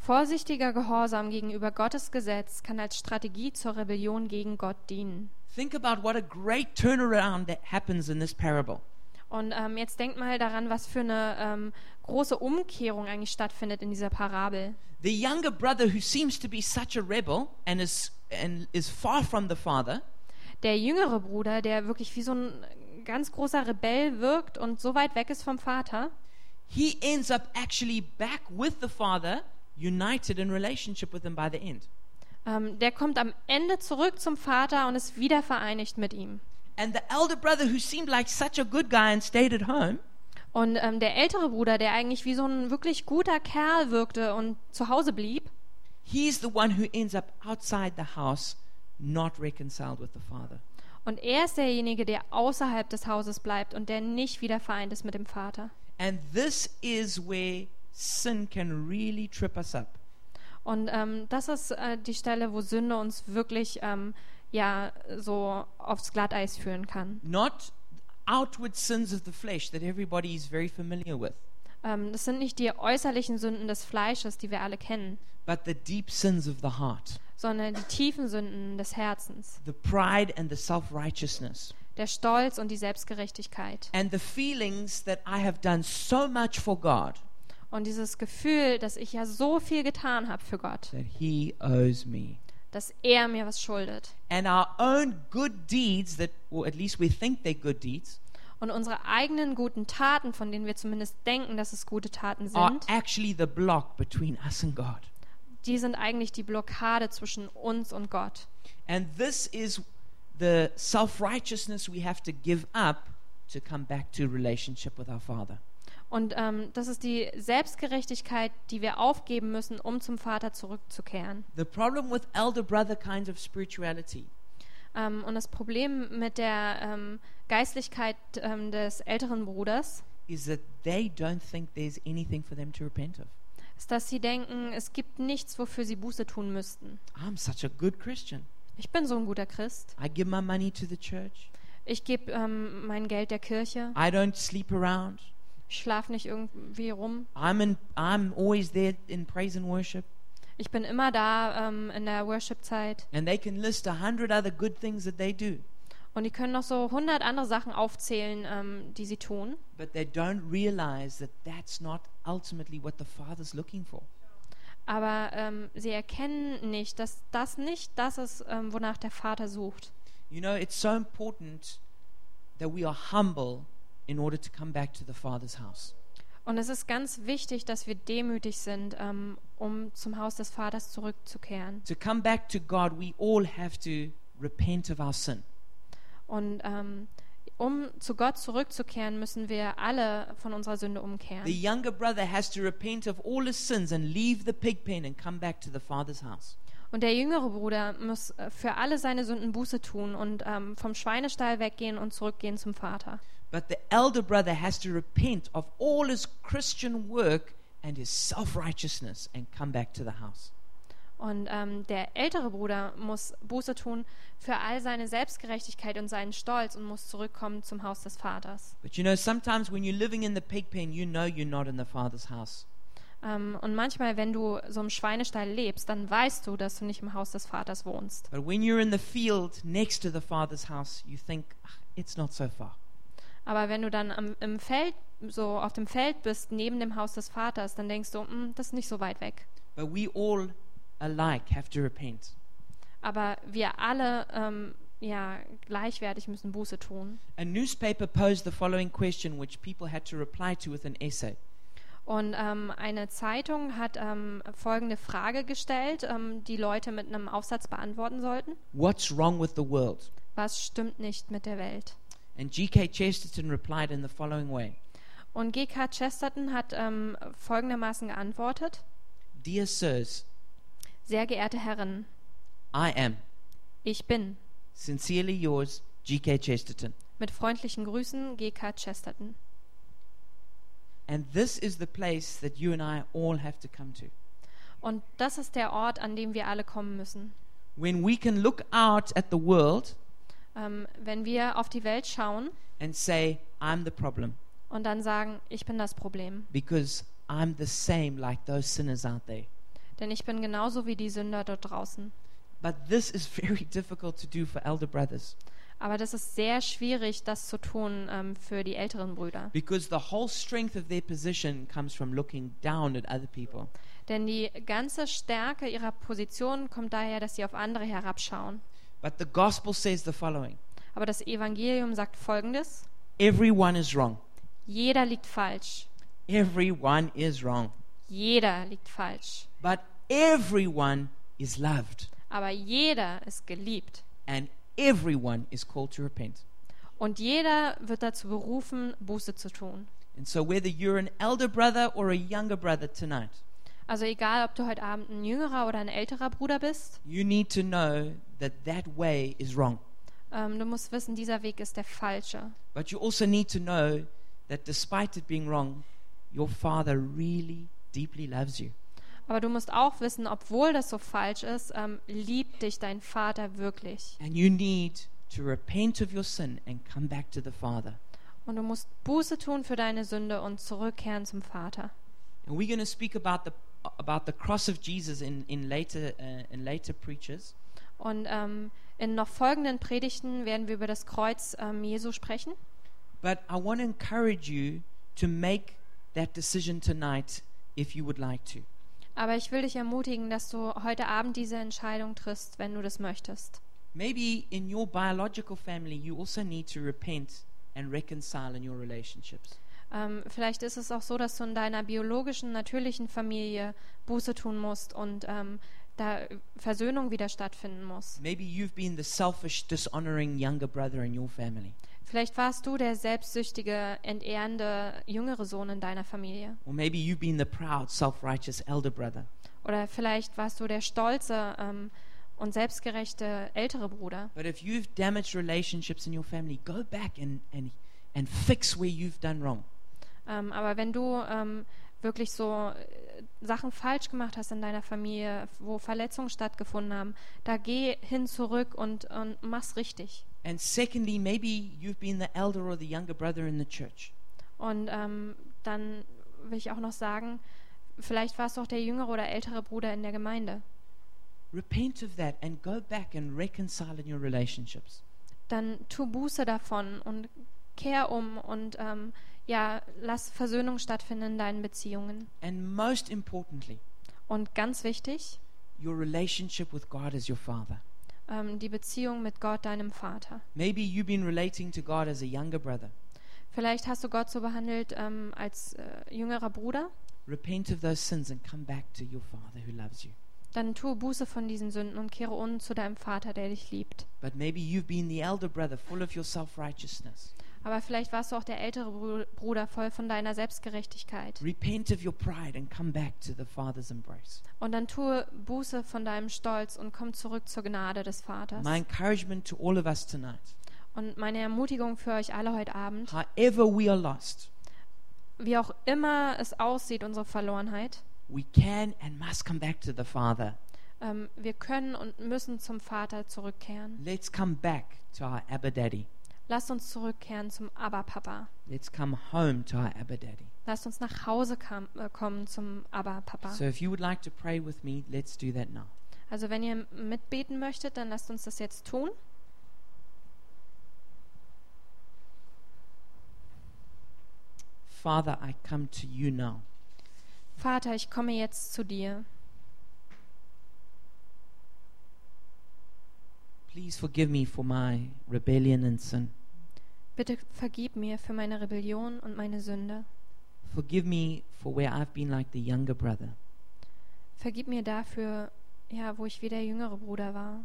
B: Vorsichtiger Gehorsam gegenüber Gottes Gesetz kann als Strategie zur Rebellion gegen Gott dienen.
A: Think about what a great turnaround that happens in this parable.
B: Und ähm, jetzt denkt mal daran, was für eine ähm, große Umkehrung eigentlich stattfindet in dieser Parabel.
A: The younger brother who seems to be such a rebel and is and is far from the father
B: Der jüngere Bruder, der wirklich wie so ein ganz großer Rebell wirkt und so weit weg ist vom Vater,
A: he ends up actually back with the father, united in relationship with him by the end.
B: ähm, der kommt am Ende zurück zum Vater und ist wieder vereinigt mit ihm.
A: And the elder brother who seemed like such a good guy and stayed at home
B: Und ähm, der ältere Bruder, der eigentlich wie so ein wirklich guter Kerl wirkte und zu Hause blieb,
A: He's the one who ends up outside the house, not reconciled with the Father.
B: und er ist derjenige, der außerhalb des Hauses bleibt und der nicht wieder vereint ist mit dem Vater.
A: And this is where sin can really trip us up.
B: Und ähm, das ist äh, die Stelle, wo Sünde uns wirklich ähm, ja so aufs Glatteis führen kann.
A: Not outward sins of the flesh that everybody is very familiar with,
B: Ähm, das sind nicht die äußerlichen Sünden des Fleisches, die wir alle kennen,
A: but the deep sins of the heart,
B: sondern die tiefen Sünden des Herzens,
A: the pride and the self righteousness,
B: der Stolz und die Selbstgerechtigkeit
A: and the feelings that I have done so much for God
B: und dieses Gefühl, dass ich ja so viel getan habe für Gott.
A: that He owes me.
B: dass er mir was schuldet.
A: And our own good deeds that, or at least we think they're good deeds,
B: Und unsere eigenen guten Taten, von denen wir zumindest denken, dass es gute Taten
A: are
B: sind,
A: actually the block between us and God.
B: die sind eigentlich die Blockade zwischen uns und Gott.
A: And this is the self righteousness we have to give up to come back to relationship with our Father.
B: Und ähm, das ist die Selbstgerechtigkeit, die wir aufgeben müssen, um zum Vater zurückzukehren.
A: The problem with elder brother kinds of spirituality
B: Ähm, und das Problem mit der ähm, Geistlichkeit ähm, des älteren Bruders
A: is that they don't think there's anything for them to repent of.
B: ist, dass sie denken, es gibt nichts, wofür sie Buße tun müssten.
A: I'm such a good Christian.
B: Ich bin so ein guter Christ.
A: I give my money to the church.
B: Ich gebe ähm, mein Geld der Kirche.
A: I don't sleep around.
B: Ich schlafe nicht irgendwie rum.
A: I'm in, I'm always there in praise and worship.
B: Ich bin immer da ähm, in der Worship-Zeit
A: And they can list a hundred other good things that they do,
B: und die können noch so hundert andere Sachen aufzählen, ähm, die sie tun.
A: but they don't realize that that's not ultimately what the Father's looking for.
B: Aber ähm, sie erkennen nicht, dass das nicht das ist, ähm, wonach der Vater sucht.
A: You know, it's so important that we are humble in order to come back to the Father's house.
B: Und es ist ganz wichtig, dass wir demütig sind, ähm, um zum Haus des Vaters zurückzukehren.
A: To come back to God, we all have to repent of our sin.
B: Und ähm, um zu Gott zurückzukehren, müssen wir alle von unserer Sünde
A: The
B: umkehren.
A: younger brother has to repent of all his sins and leave the pig pen and come back to the father's house.
B: Und der jüngere Bruder muss äh, für alle seine Sünden Buße tun und ähm, vom Schweinestall weggehen und zurückgehen zum Vater.
A: But the elder brother has to repent of all his Christian work and his self righteousness and come back to the house.
B: Und ähm, der ältere Bruder muss Buße tun für all seine Selbstgerechtigkeit und seinen Stolz und muss zurückkommen zum Haus des Vaters.
A: But you know, sometimes when you're living in the pig pen, you know you're not in the father's house.
B: Ähm, und manchmal, wenn du so im Schweinestall lebst, dann weißt du, dass du nicht im Haus des Vaters wohnst.
A: But when you're in the field next to the father's house, you think, "Ah, it's not so far.
B: Aber wenn du dann am, im Feld, so auf dem Feld bist, neben dem Haus des Vaters, dann denkst du, "Hm, das ist nicht so weit weg.
A: But we all alike have to repent.
B: Aber wir alle, ähm, ja, gleichwertig müssen Buße tun.
A: A newspaper posed the following question, which people had to reply to with an essay.
B: Und ähm, eine Zeitung hat ähm, folgende Frage gestellt, ähm, die Leute mit einem Aufsatz beantworten sollten.
A: What's wrong with the world?
B: Was stimmt nicht mit der Welt?
A: And G.K. Chesterton replied in the following way
B: Und G.K. Chesterton hat ähm, folgendermaßen geantwortet.
A: Dear sirs,
B: Sehr geehrte Herren,
A: I am
B: ich bin.
A: sincerely yours, G.K. Chesterton.
B: Mit freundlichen Grüßen, G.K. Chesterton.
A: And this is the place that you and I all have to come to.
B: Und das ist der Ort, an dem wir alle kommen müssen.
A: When we can look out at the world
B: Ähm, wenn wir auf die Welt schauen
A: and say, I'm the problem,
B: und dann sagen, ich bin das Problem.
A: because I'm the same like those sinners out there.
B: Denn ich bin genauso wie die Sünder dort draußen.
A: But this is very difficult to do for elder brothers
B: Aber das ist sehr schwierig, das zu tun ähm, für die älteren Brüder.
A: because the whole strength of their position comes from looking down at other people.
B: Denn die ganze Stärke ihrer Position kommt daher, dass sie auf andere herabschauen.
A: But the gospel says the following
B: Aber das Evangelium sagt Folgendes.
A: Everyone is wrong.
B: Jeder liegt falsch.
A: Everyone is wrong.
B: Jeder liegt falsch.
A: But everyone is loved.
B: Aber jeder ist geliebt.
A: and everyone is called to repent.
B: Und jeder wird dazu berufen, Buße zu tun.
A: And so, whether you're an elder brother or a younger brother tonight,
B: Also egal, ob du heute Abend ein jüngerer oder ein älterer Bruder bist,
A: you need to know that that way is wrong.
B: ähm, du musst wissen, dieser Weg ist der falsche.
A: But you also need to know that despite it being wrong, your Father really deeply loves you.
B: Aber du musst auch wissen, obwohl das so falsch ist, ähm, liebt dich dein Vater wirklich.
A: And you need to repent of your sin and come back to the Father.
B: Und du musst Buße tun für deine Sünde und zurückkehren zum Vater.
A: And we're going to speak about the about the cross of Jesus in in later uh, in later preachers.
B: Und ähm, in noch folgenden Predigten werden wir über das Kreuz ähm, Jesu sprechen.
A: But I want to encourage you to make that decision tonight if you would like to.
B: Aber ich will dich ermutigen, dass du heute Abend diese Entscheidung triffst, wenn du das möchtest.
A: Maybe in your biological family, you also need to repent and reconcile in your relationships.
B: Ähm, vielleicht ist es auch so, dass du in deiner biologischen, natürlichen Familie Buße tun musst und ähm, da Versöhnung wieder stattfinden muss.
A: Maybe you've been the selfish, dishonoring younger brother in your family.
B: Vielleicht warst du der selbstsüchtige, entehrende, jüngere Sohn in deiner Familie.
A: Or maybe you've been the proud, self righteous elder brother.
B: Oder vielleicht warst du der stolze ähm, und selbstgerechte ältere Bruder.
A: But if you've damaged relationships in your family, go back and, and, and fix where you've done wrong.
B: Ähm, aber wenn du ähm, wirklich so äh, Sachen falsch gemacht hast in deiner Familie, wo Verletzungen stattgefunden haben, da geh hin zurück und, und mach's richtig.
A: And secondly, maybe you've been the elder or the younger brother in the church.
B: Und ähm, dann will ich auch noch sagen, vielleicht warst du auch der jüngere oder ältere Bruder in der Gemeinde.
A: Repent of that and go back and reconcile in your relationships.
B: Dann tu Buße davon und kehr um und ähm, ja, lass Versöhnung stattfinden in deinen Beziehungen.
A: And most importantly,
B: Und ganz wichtig,
A: your relationship with God as your Father.
B: ähm, die Beziehung mit Gott, deinem Vater.
A: Maybe you've been relating to God as a younger brother,
B: Vielleicht hast du Gott so behandelt ähm, als äh, jüngerer Bruder.
A: Repent of those sins and come back to your Father who loves you.
B: Dann tue Buße von diesen Sünden und kehre um zu deinem Vater, der dich liebt.
A: But maybe you've been the elder brother, full of your self righteousness.
B: Aber vielleicht warst du auch der ältere Bru- Bruder voll von deiner Selbstgerechtigkeit.
A: Repent of your pride and come back to the Father's embrace.
B: Und dann tue Buße von deinem Stolz und komm zurück zur Gnade des Vaters.
A: My encouragement to all of us tonight,
B: Und meine Ermutigung für euch alle heute Abend,
A: however we are lost,
B: wie auch immer es aussieht, unsere Verlorenheit,
A: we can and must come back to the Father.
B: ähm, wir können und müssen zum Vater zurückkehren.
A: Let's come back to our Abba Daddy.
B: Lasst uns zurückkehren zum Abba-Papa.
A: Let's come home to our Abba Daddy.
B: Lasst uns nach Hause kam, äh, kommen zum Abba-Papa.
A: So if you would like to pray with me, let's do that now.
B: Also wenn ihr mitbeten möchtet, dann lasst uns das jetzt tun.
A: Father, I come to you now.
B: Vater, ich komme jetzt zu dir.
A: Please forgive me for my rebellion and sin.
B: Bitte vergib mir für meine Rebellion und meine Sünde.
A: Forgive me for where I've been like the younger brother.
B: Vergib mir dafür, ja, wo ich wie der jüngere Bruder war,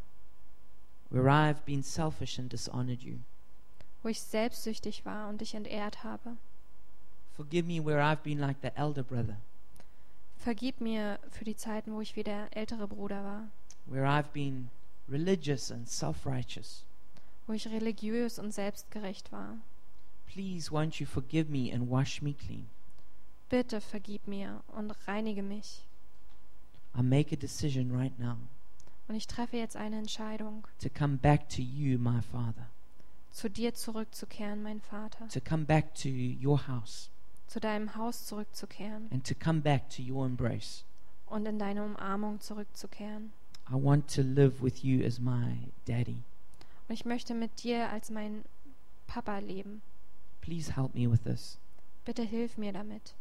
A: where I've been selfish and dishonored you.
B: wo ich selbstsüchtig war und dich entehrt habe.
A: Forgive me where I've been like the elder brother,
B: Vergib mir für die Zeiten, wo ich wie der ältere Bruder war,
A: where I've been religious and self righteous.
B: wo ich religiös und selbstgerecht war.
A: Please, won't you forgive me and wash me clean?
B: Bitte vergib mir und reinige mich.
A: I make a decision right now
B: Und ich treffe jetzt eine Entscheidung,
A: to come back to you, my Father,
B: zu dir zurückzukehren, mein Vater,
A: to come back to your house,
B: zu deinem Haus zurückzukehren
A: and to come back to your embrace.
B: und in deine Umarmung zurückzukehren.
A: I want to live with you as my daddy.
B: Und ich möchte mit dir als mein Papa leben.
A: Please help me with this
B: Bitte hilf mir damit.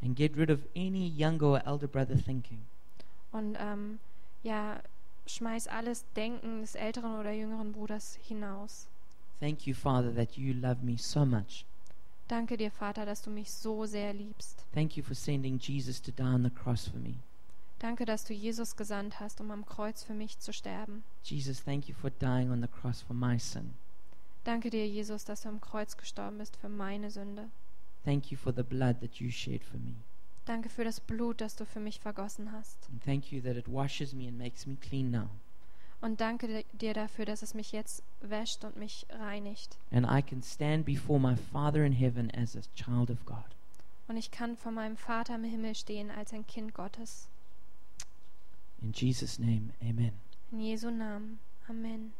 A: and get rid of any younger or elder brother thinking.
B: Und ähm, ja, schmeiß alles Denken des älteren oder jüngeren Bruders hinaus.
A: Thank you, Father, that you love me so much.
B: Danke dir, Vater, dass du mich so sehr liebst.
A: Thank you for sending Jesus to die on the cross for me.
B: Danke, dass du Jesus gesandt hast, um am Kreuz für mich zu sterben.
A: Jesus, thank you for dying on the cross for my sin.
B: Danke dir, Jesus, dass du am Kreuz gestorben bist für meine Sünde.
A: Thank you for the blood that you shed for me.
B: Danke für das Blut, das du für mich vergossen hast.
A: And thank you that it washes me and makes me clean now.
B: Und danke di- dir dafür, dass es mich jetzt wäscht und mich reinigt.
A: And I can stand before my Father in heaven as a child of God.
B: Und ich kann vor meinem Vater im Himmel stehen als ein Kind Gottes.
A: In Jesus' name, amen.
B: In Jesu Namen. Amen.